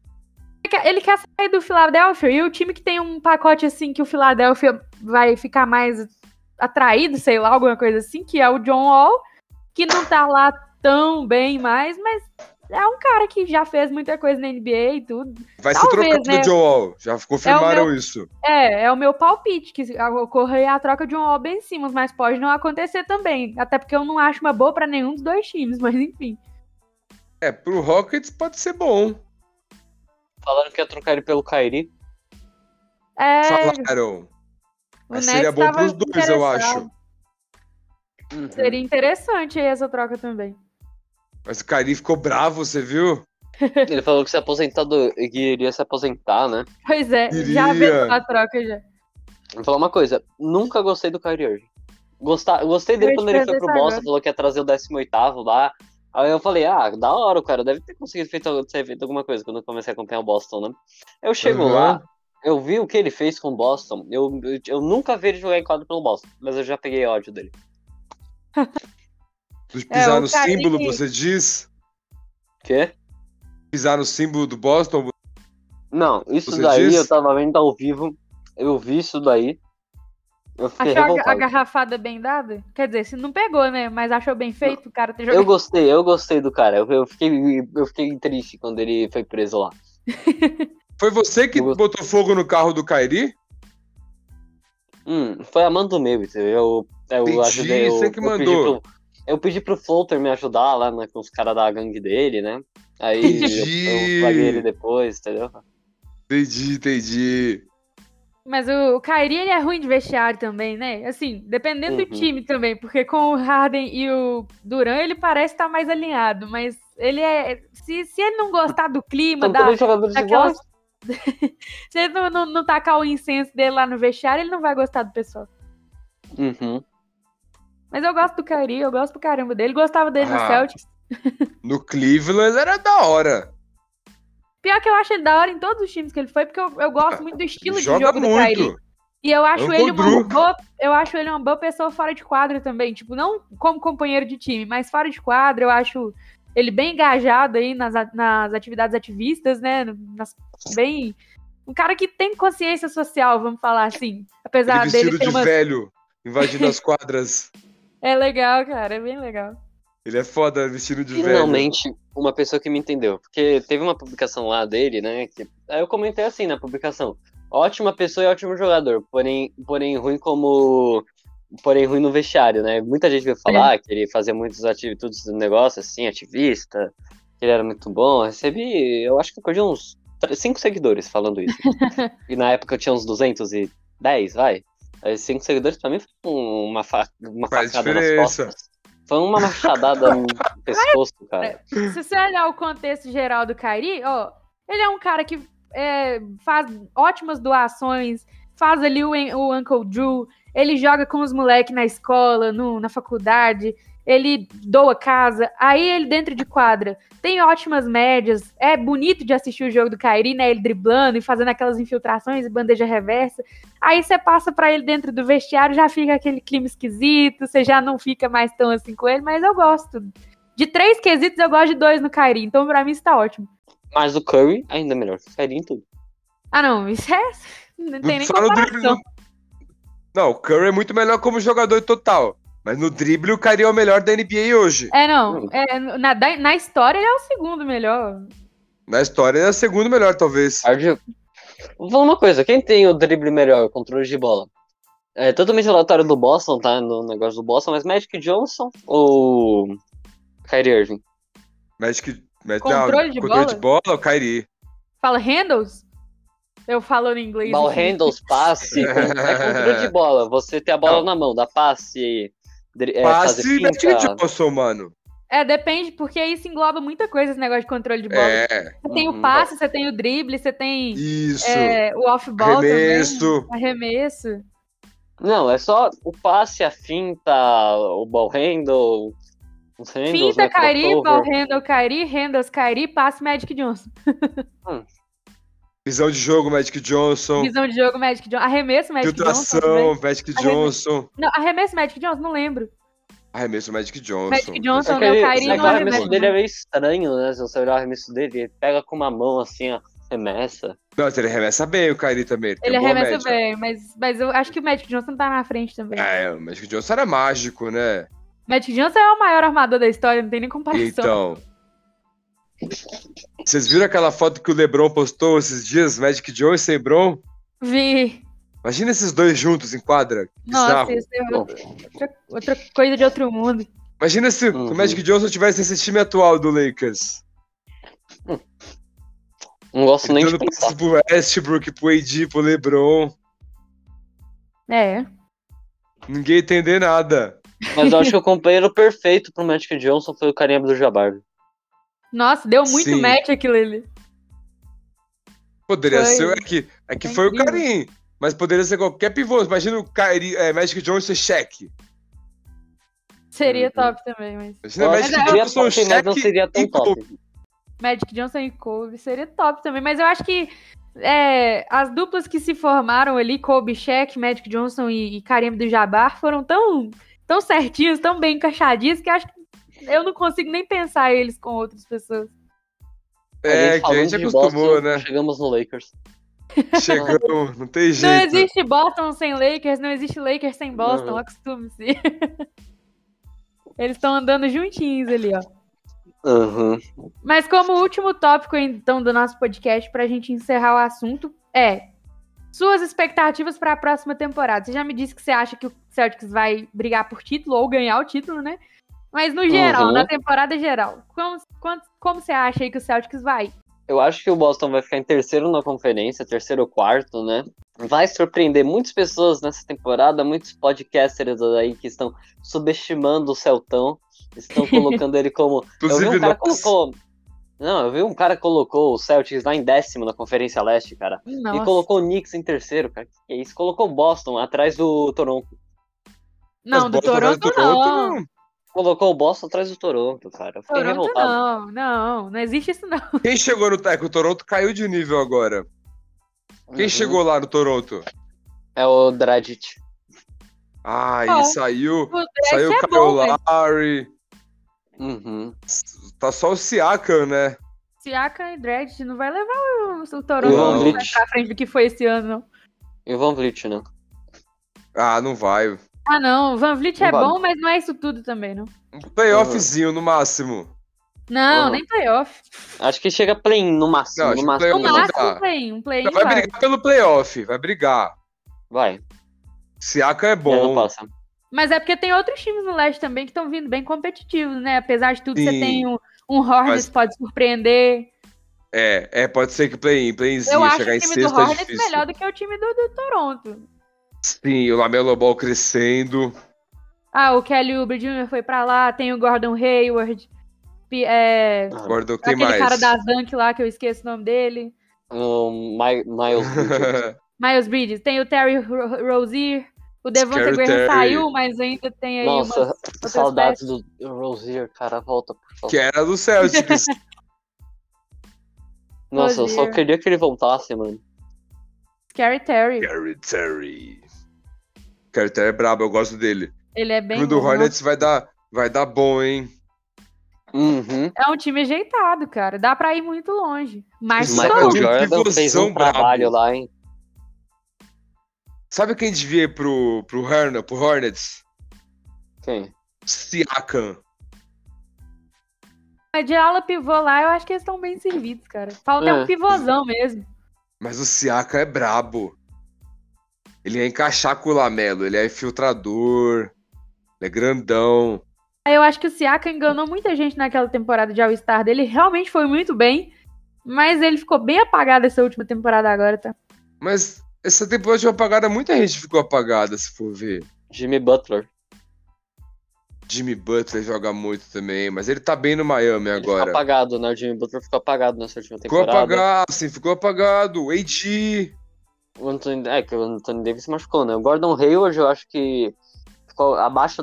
[SPEAKER 1] Ele quer- Ele quer sair do Philadelphia e o time que tem um pacote assim que o Philadelphia vai ficar mais atraído, sei lá, alguma coisa assim, que é o John Wall, que não tá lá tão bem mais, mas é um cara que já fez muita coisa na NBA e tudo.
[SPEAKER 2] Vai
[SPEAKER 1] Talvez,
[SPEAKER 2] se trocar
[SPEAKER 1] né?
[SPEAKER 2] pro John Wall. Já confirmaram isso.
[SPEAKER 1] É, é o meu palpite, que ocorrer a troca de um Wall Ben Simmons, mas pode não acontecer também. Até porque eu não acho uma boa pra nenhum dos dois times, (laughs) mas enfim.
[SPEAKER 2] É, pro Rockets pode ser bom.
[SPEAKER 3] Falaram que ia trocar ele pelo Kairi.
[SPEAKER 1] É,
[SPEAKER 2] Falaram.
[SPEAKER 1] o
[SPEAKER 2] Mas
[SPEAKER 1] Nets
[SPEAKER 2] seria bom
[SPEAKER 1] tava
[SPEAKER 2] pros dois, eu
[SPEAKER 1] interessado.
[SPEAKER 2] acho.
[SPEAKER 1] Seria interessante aí essa troca também.
[SPEAKER 2] Mas o Kyrie ficou bravo, você viu?
[SPEAKER 3] (laughs) Ele falou que se aposentado, que iria se aposentar, né?
[SPEAKER 1] Pois é, já
[SPEAKER 2] Queria.
[SPEAKER 1] veio a troca já.
[SPEAKER 3] Vou falar uma coisa, nunca gostei do Kyrie Irving. Gostar, gostei
[SPEAKER 1] Eu
[SPEAKER 3] dele
[SPEAKER 1] ia
[SPEAKER 3] quando
[SPEAKER 1] te
[SPEAKER 3] ele foi
[SPEAKER 1] perguntar
[SPEAKER 3] pro
[SPEAKER 1] isso
[SPEAKER 3] Boston,
[SPEAKER 1] agora.
[SPEAKER 3] falou que ia trazer o 18º lá. Aí eu falei, ah, da hora, o cara deve ter conseguido feito, ter feito alguma coisa quando eu comecei a acompanhar o Boston, né? Eu chego
[SPEAKER 2] Aham.
[SPEAKER 3] lá, eu vi o que ele fez com o Boston, eu, eu, eu nunca vi ele jogar em quadro pelo Boston, mas eu já peguei ódio dele.
[SPEAKER 2] De Pisar
[SPEAKER 1] É, o
[SPEAKER 2] no
[SPEAKER 1] Kyrie-
[SPEAKER 2] símbolo, você diz?
[SPEAKER 3] Quê?
[SPEAKER 2] Pisar no símbolo do Boston?
[SPEAKER 3] Não, isso
[SPEAKER 2] Você
[SPEAKER 3] daí
[SPEAKER 2] disse?
[SPEAKER 3] eu tava vendo ao vivo, eu vi isso daí, eu fiquei
[SPEAKER 1] Achou a- a,
[SPEAKER 3] revoltado.
[SPEAKER 1] garrafada bem dada? Quer dizer, se não pegou, né? Mas achou bem feito o cara ter
[SPEAKER 3] Eu
[SPEAKER 1] jogado.
[SPEAKER 3] gostei, eu gostei do cara, eu, eu fiquei, eu fiquei triste quando ele foi preso lá.
[SPEAKER 2] Foi você que
[SPEAKER 3] Eu gost-
[SPEAKER 2] botou fogo no carro do Kyrie?
[SPEAKER 3] Hum, foi a mão do meu, entendeu? Eu, eu
[SPEAKER 2] Entendi,
[SPEAKER 3] ajudei. Eu,
[SPEAKER 2] você que
[SPEAKER 3] eu
[SPEAKER 2] mandou.
[SPEAKER 3] Pedi pro, eu pedi pro Floater me ajudar lá né, com os caras da gangue dele, né? Aí
[SPEAKER 2] Entendi.
[SPEAKER 3] eu, eu paguei ele depois, entendeu?
[SPEAKER 2] Entendi, entendi.
[SPEAKER 1] Mas o, o Kyrie, ele é ruim de vestiário também, né? Assim, dependendo
[SPEAKER 3] Uhum.
[SPEAKER 1] do time também, porque com o Harden e o Duran, ele parece estar mais alinhado, mas ele é... Se, se ele não gostar do clima,
[SPEAKER 3] São
[SPEAKER 1] da,
[SPEAKER 3] todos Então, jogadores
[SPEAKER 1] daquelas...
[SPEAKER 3] iguais.
[SPEAKER 1] se ele não, não, não tacar o incenso dele lá no vestiário, ele não vai gostar do pessoal.
[SPEAKER 3] Uhum.
[SPEAKER 1] Mas eu gosto do Kyrie, eu gosto pro caramba dele, gostava dele no
[SPEAKER 2] Ah.
[SPEAKER 1] Celtics.
[SPEAKER 2] No Cleveland era da hora.
[SPEAKER 1] Pior que eu acho ele da hora em todos os times que ele foi, porque eu, eu gosto muito do estilo
[SPEAKER 2] Ele
[SPEAKER 1] de
[SPEAKER 2] joga
[SPEAKER 1] jogo do Kyrie.
[SPEAKER 2] muito.
[SPEAKER 1] E eu acho,
[SPEAKER 2] Eu
[SPEAKER 1] ele uma
[SPEAKER 2] condruco.
[SPEAKER 1] boa, eu acho ele uma boa pessoa fora de quadra também. Tipo, não como companheiro de time, mas fora de quadra, eu acho ele bem engajado aí nas, a- nas atividades ativistas, né? Nas- bem. Um cara que tem consciência social, vamos falar assim.
[SPEAKER 2] Ele
[SPEAKER 1] Apesar
[SPEAKER 2] vestido
[SPEAKER 1] dele ter
[SPEAKER 2] de
[SPEAKER 1] uma.
[SPEAKER 2] velho,
[SPEAKER 1] (laughs)
[SPEAKER 2] invadindo as quadras.
[SPEAKER 1] É legal, cara, é bem legal.
[SPEAKER 2] Ele é foda vestido de velho.
[SPEAKER 3] Finalmente, uma pessoa que me entendeu. Porque teve uma publicação lá dele, né? que- aí eu comentei assim na publicação. Ótima pessoa e ótimo jogador, porém, porém ruim como. Porém ruim no vestiário, né? Muita gente veio falar que ele fazia muitas atitudes do negócio, assim, ativista, que ele era muito bom. Eu recebi, eu acho que eu perdi uns 5 seguidores falando isso. e na época eu tinha uns 210, vai. 5 seguidores pra mim foi um- uma, fa uma
[SPEAKER 2] Faz
[SPEAKER 3] facada nas
[SPEAKER 2] diferença.
[SPEAKER 3] costas. Foi uma machadada no pescoço, cara.
[SPEAKER 1] se você olhar o contexto geral do Kairi, ó, ele é um cara que é, faz ótimas doações, faz ali o, en- o Uncle Drew, ele joga com os moleques na escola, no- na faculdade, ele doa casa, aí ele dentro de quadra tem ótimas médias, é bonito de assistir o jogo do Kairi, né? Ele driblando e fazendo aquelas infiltrações e bandeja reversa. Aí você passa pra ele dentro do vestiário, já fica aquele clima esquisito, você já não fica mais tão assim com ele, mas eu gosto de três quesitos, eu gosto de dois no Kairi. Então, pra mim, isso tá ótimo.
[SPEAKER 3] Mas o Curry ainda melhor. Curry em tudo.
[SPEAKER 1] Ah, não. Isso é... (laughs) Não tem nem
[SPEAKER 2] Só no drible
[SPEAKER 1] comparação.
[SPEAKER 2] Não, o Curry é muito melhor como jogador total. Mas no drible, o Kyrie é o melhor da NBA hoje.
[SPEAKER 1] É,
[SPEAKER 2] Hum.
[SPEAKER 1] não. É, na, da- na história, ele é o segundo melhor.
[SPEAKER 2] Na história, ele é o segundo melhor, talvez.
[SPEAKER 3] Ardi... Vou falar uma coisa. Quem tem o drible melhor, o controle de bola? É totalmente relatório do Boston, tá? No negócio do Boston, mas Magic Johnson ou Kyrie Irving?
[SPEAKER 2] Magic, Magic,
[SPEAKER 1] Controle
[SPEAKER 2] não,
[SPEAKER 1] de
[SPEAKER 2] controle de bola, o Kyrie.
[SPEAKER 1] Fala handles? Eu falo em inglês. assim.
[SPEAKER 3] Ball
[SPEAKER 1] aqui.
[SPEAKER 3] handles,
[SPEAKER 2] (laughs)
[SPEAKER 3] passe, con- é controle de bola. Você ter a bola
[SPEAKER 2] Não.
[SPEAKER 3] na mão, dá passe, dri- é,
[SPEAKER 2] Passe
[SPEAKER 3] fazer
[SPEAKER 2] e Magic
[SPEAKER 3] finta.
[SPEAKER 2] Johnson, mano.
[SPEAKER 1] É, depende, porque isso engloba muita coisa, esse negócio de controle de bola.
[SPEAKER 2] É,
[SPEAKER 1] Você tem
[SPEAKER 3] Uhum.
[SPEAKER 1] o passe, você tem o drible, você tem
[SPEAKER 2] isso.
[SPEAKER 1] é, o off-ball também.
[SPEAKER 2] Arremesso.
[SPEAKER 1] Arremesso.
[SPEAKER 3] Não, é só o passe, a finta, o ball handle, os handles,
[SPEAKER 1] Finta,
[SPEAKER 3] né,
[SPEAKER 1] Kairi,
[SPEAKER 3] crossover.
[SPEAKER 1] Ball Handle, Kairi, Handles, Kairi, passe, Magic Johnson.
[SPEAKER 2] Visão de jogo, Magic Johnson.
[SPEAKER 1] Visão de jogo, Magic Johnson. Arremesso, Magic Johnson. também.
[SPEAKER 2] Filtração, Magic Johnson.
[SPEAKER 1] Não, arremesso, Magic Johnson, não lembro.
[SPEAKER 2] Arremesso Ah, é Magic Johnson.
[SPEAKER 1] Magic Johnson.
[SPEAKER 3] Só que
[SPEAKER 1] né, o
[SPEAKER 3] ele-
[SPEAKER 1] Kyrie
[SPEAKER 3] só que
[SPEAKER 2] não
[SPEAKER 3] o
[SPEAKER 2] é
[SPEAKER 3] arremesso
[SPEAKER 2] remédio,
[SPEAKER 3] dele
[SPEAKER 1] né?
[SPEAKER 3] é meio estranho, né? Se você olhar o arremesso dele, ele pega com uma mão assim, ó, remessa.
[SPEAKER 2] Não, ele arremessa bem, o Kyrie também. Ele, tem
[SPEAKER 1] Ele
[SPEAKER 2] boa
[SPEAKER 1] arremessa
[SPEAKER 2] média.
[SPEAKER 1] bem, mas, mas eu acho que o Magic Johnson tá na frente também.
[SPEAKER 2] É, o Magic Johnson era mágico, né?
[SPEAKER 1] Magic Johnson é o maior armador da história, não tem nem comparação.
[SPEAKER 2] Então. Vocês viram aquela foto que o LeBron postou esses dias, Magic Johnson e Bron?
[SPEAKER 1] Vi.
[SPEAKER 2] Imagina esses dois juntos em quadra.
[SPEAKER 1] Nossa,
[SPEAKER 2] Bizarro.
[SPEAKER 1] isso é outra, outra coisa de outro mundo.
[SPEAKER 2] Imagina se
[SPEAKER 3] Uhum.
[SPEAKER 2] o Magic Johnson tivesse esse time atual do Lakers.
[SPEAKER 3] Não gosto nem de
[SPEAKER 2] Dando
[SPEAKER 3] pensar.
[SPEAKER 2] passes pro Westbrook, pro AD, pro LeBron.
[SPEAKER 1] É.
[SPEAKER 2] Ninguém entender nada. (laughs)
[SPEAKER 3] Mas eu acho que o companheiro perfeito pro Magic Johnson foi o Karim Abdul-Jabbar.
[SPEAKER 1] Nossa, deu muito
[SPEAKER 2] Sim.
[SPEAKER 1] match aquilo ali.
[SPEAKER 2] Poderia
[SPEAKER 1] Foi.
[SPEAKER 2] ser, é que, é que
[SPEAKER 1] Foi
[SPEAKER 2] foi o
[SPEAKER 1] incrível.
[SPEAKER 2] Karim. Mas poderia ser qualquer pivô. Imagina o Kyrie, é, Magic Johnson e Shaq.
[SPEAKER 1] Seria
[SPEAKER 3] Uhum.
[SPEAKER 1] top também, mas.
[SPEAKER 2] Imagina
[SPEAKER 3] Eu acho
[SPEAKER 2] Magic
[SPEAKER 1] que
[SPEAKER 3] seria
[SPEAKER 2] Johnson,
[SPEAKER 3] top, mas não
[SPEAKER 2] Shaq
[SPEAKER 3] seria tão
[SPEAKER 2] e
[SPEAKER 3] top.
[SPEAKER 2] Kobe.
[SPEAKER 1] Magic Johnson e Kobe seria top também, mas eu acho que é, as duplas que se formaram ali, Kobe, Shaq, Magic Johnson e, e Karim do Jabar, foram tão, tão certinhos, tão bem encaixadinhos, que eu acho que eu não consigo nem pensar eles com outras pessoas.
[SPEAKER 2] É, que a
[SPEAKER 3] falando
[SPEAKER 2] gente
[SPEAKER 3] de
[SPEAKER 2] acostumou,
[SPEAKER 3] Boston,
[SPEAKER 2] né?
[SPEAKER 3] (laughs) Chegamos no Lakers.
[SPEAKER 2] Chegou, não tem
[SPEAKER 1] Não
[SPEAKER 2] jeito. né?
[SPEAKER 1] existe Boston sem Lakers, não existe Lakers sem Boston,
[SPEAKER 3] Uhum.
[SPEAKER 1] acostume-se. (laughs) Eles estão andando juntinhos ali, ó.
[SPEAKER 3] Uhum.
[SPEAKER 1] Mas como último tópico, então, do nosso podcast, pra gente encerrar o assunto, é suas expectativas para a próxima temporada. Você já me disse que você acha que o Celtics vai brigar por título ou ganhar o título, né? Mas no geral,
[SPEAKER 3] Uhum.
[SPEAKER 1] na temporada geral, como, quant- como você acha aí que o Celtics vai?
[SPEAKER 3] Eu acho que o Boston vai ficar em terceiro na conferência, terceiro ou quarto, né? Vai surpreender muitas pessoas nessa temporada, muitos podcasters aí que estão subestimando o Celtão, estão colocando
[SPEAKER 2] (laughs)
[SPEAKER 3] ele como. Eu vi
[SPEAKER 2] Inclusive,
[SPEAKER 3] um cara que
[SPEAKER 2] nós.
[SPEAKER 3] colocou. Não, eu vi um cara que colocou o Celtics lá em décimo na Conferência Leste, cara.
[SPEAKER 1] Nossa.
[SPEAKER 3] E colocou o Knicks em terceiro, cara. Que é isso? Colocou o Boston atrás do Toronto.
[SPEAKER 2] Mas
[SPEAKER 1] não, do
[SPEAKER 2] Boston
[SPEAKER 1] Toronto,
[SPEAKER 2] atrás do
[SPEAKER 1] não.
[SPEAKER 2] Toronto,
[SPEAKER 3] Colocou o Boston atrás do Toronto, cara. Eu fiquei
[SPEAKER 1] Toronto
[SPEAKER 3] revoltado.
[SPEAKER 1] não, não, não existe isso não.
[SPEAKER 2] não. Quem chegou no Teco? O Toronto caiu de nível agora. Quem
[SPEAKER 3] Uhum.
[SPEAKER 2] chegou lá no Toronto?
[SPEAKER 3] É o Dragic.
[SPEAKER 2] Ah,
[SPEAKER 1] Bom,
[SPEAKER 2] e saiu.
[SPEAKER 1] O Dredd
[SPEAKER 2] Saiu
[SPEAKER 1] é
[SPEAKER 2] o Kyle
[SPEAKER 1] bom, mas
[SPEAKER 2] Lowry.
[SPEAKER 3] Uhum.
[SPEAKER 2] Tá só o Siakam, né?
[SPEAKER 1] Siaka e Dredd não vai levar o, o
[SPEAKER 2] Não.
[SPEAKER 1] Toronto mais pra frente do que foi esse ano, não.
[SPEAKER 3] E o Van Vliet, né?
[SPEAKER 2] Ah, não vai.
[SPEAKER 1] Ah não, o Van Vliet
[SPEAKER 3] Não
[SPEAKER 1] é
[SPEAKER 3] vale.
[SPEAKER 1] bom, mas não é isso tudo também, não.
[SPEAKER 2] Um playoffzinho no máximo.
[SPEAKER 1] Não,
[SPEAKER 3] Uhum.
[SPEAKER 1] nem playoff.
[SPEAKER 3] Acho que chega play-in no máximo.
[SPEAKER 2] Não,
[SPEAKER 3] no
[SPEAKER 2] acho que é
[SPEAKER 1] No
[SPEAKER 3] máximo.
[SPEAKER 2] play-in não
[SPEAKER 1] máximo
[SPEAKER 2] dá.
[SPEAKER 1] um play-in, um play-in
[SPEAKER 2] Vai
[SPEAKER 1] vai.
[SPEAKER 2] brigar pelo playoff, vai brigar.
[SPEAKER 3] Vai.
[SPEAKER 2] Siakam é
[SPEAKER 3] Bom. Não
[SPEAKER 2] bom.
[SPEAKER 3] passa.
[SPEAKER 1] Mas é porque tem outros times no leste também que estão vindo bem competitivos, né? Apesar de tudo, você
[SPEAKER 2] Sim.
[SPEAKER 1] tem um, um Hornets
[SPEAKER 2] Mas-
[SPEAKER 1] pode surpreender.
[SPEAKER 2] É, é, pode ser que play-in,
[SPEAKER 1] Eu
[SPEAKER 2] play-inzinho,
[SPEAKER 1] acho
[SPEAKER 2] chegar
[SPEAKER 1] o
[SPEAKER 2] em
[SPEAKER 1] time do
[SPEAKER 2] sexto é
[SPEAKER 1] Hornets
[SPEAKER 2] difícil.
[SPEAKER 1] melhor do que o time do, do Toronto.
[SPEAKER 2] Sim, o Lamelo Ball crescendo.
[SPEAKER 1] Ah, o Kelly Oubre Jr. foi pra lá, tem o Gordon Hayward, pi- é,
[SPEAKER 3] Ah,
[SPEAKER 2] Agora quem
[SPEAKER 1] aquele
[SPEAKER 2] mais?
[SPEAKER 1] cara da Dunk lá que eu esqueço o nome dele.
[SPEAKER 3] o Mi- Ah, Miles
[SPEAKER 2] (laughs)
[SPEAKER 3] Bridges.
[SPEAKER 1] Miles Bridges, tem o Terry Ro- Rozier, o Devonta
[SPEAKER 2] Scary Terry.
[SPEAKER 1] Graham saiu, mas ainda tem aí umas
[SPEAKER 3] Nossa,
[SPEAKER 1] outras
[SPEAKER 3] saudades do Rosier, cara. Volta, por favor.
[SPEAKER 2] que era do
[SPEAKER 1] (laughs)
[SPEAKER 2] Celtics.
[SPEAKER 3] Nossa, eu só
[SPEAKER 1] Rozier.
[SPEAKER 3] queria que ele voltasse, mano.
[SPEAKER 1] Scary Terry.
[SPEAKER 2] Gary Terry. Gary Terry é brabo, eu gosto dele.
[SPEAKER 1] Ele é
[SPEAKER 2] O
[SPEAKER 1] bem.
[SPEAKER 2] time do
[SPEAKER 1] bom, né?
[SPEAKER 2] Hornets vai dar, vai dar bom, hein?
[SPEAKER 3] Uhum.
[SPEAKER 1] É um time ajeitado, cara. Dá pra ir muito longe. Mas
[SPEAKER 3] O
[SPEAKER 2] Isso é
[SPEAKER 1] só-
[SPEAKER 3] Michael
[SPEAKER 2] de
[SPEAKER 3] Jordan fez
[SPEAKER 2] pivôzão
[SPEAKER 3] um
[SPEAKER 2] brabo.
[SPEAKER 3] trabalho lá, hein?
[SPEAKER 2] Sabe quem devia ir pro, pro, Horn, pro Hornets?
[SPEAKER 3] Quem?
[SPEAKER 2] Siakam.
[SPEAKER 1] mas de ala pivô lá, eu acho que eles estão bem servidos, cara. Falta é. um
[SPEAKER 3] É.
[SPEAKER 1] pivôzão mesmo.
[SPEAKER 2] Mas o Siakam é brabo. Ele ia encaixar com o Lamelo, ele é infiltrador, ele é grandão.
[SPEAKER 1] Aí Eu acho que o Siaka enganou muita gente naquela temporada de All-Star dele. Realmente foi muito bem. Mas ele ficou bem apagado essa última temporada agora, tá?
[SPEAKER 2] Mas essa temporada de apagada, muita gente ficou apagada, se for ver.
[SPEAKER 3] Jimmy Butler.
[SPEAKER 2] Jimmy Butler joga muito também, mas ele tá bem no Miami
[SPEAKER 3] Ele ficou
[SPEAKER 2] agora.
[SPEAKER 3] apagado, né? O Jimmy Butler ficou apagado nessa última
[SPEAKER 2] Ficou
[SPEAKER 3] temporada.
[SPEAKER 2] apagado, sim, ficou apagado. O AD,
[SPEAKER 3] O Anthony, é, que o Anthony Davis se machucou, né? O Gordon Hayward, eu acho que ficou abaixo.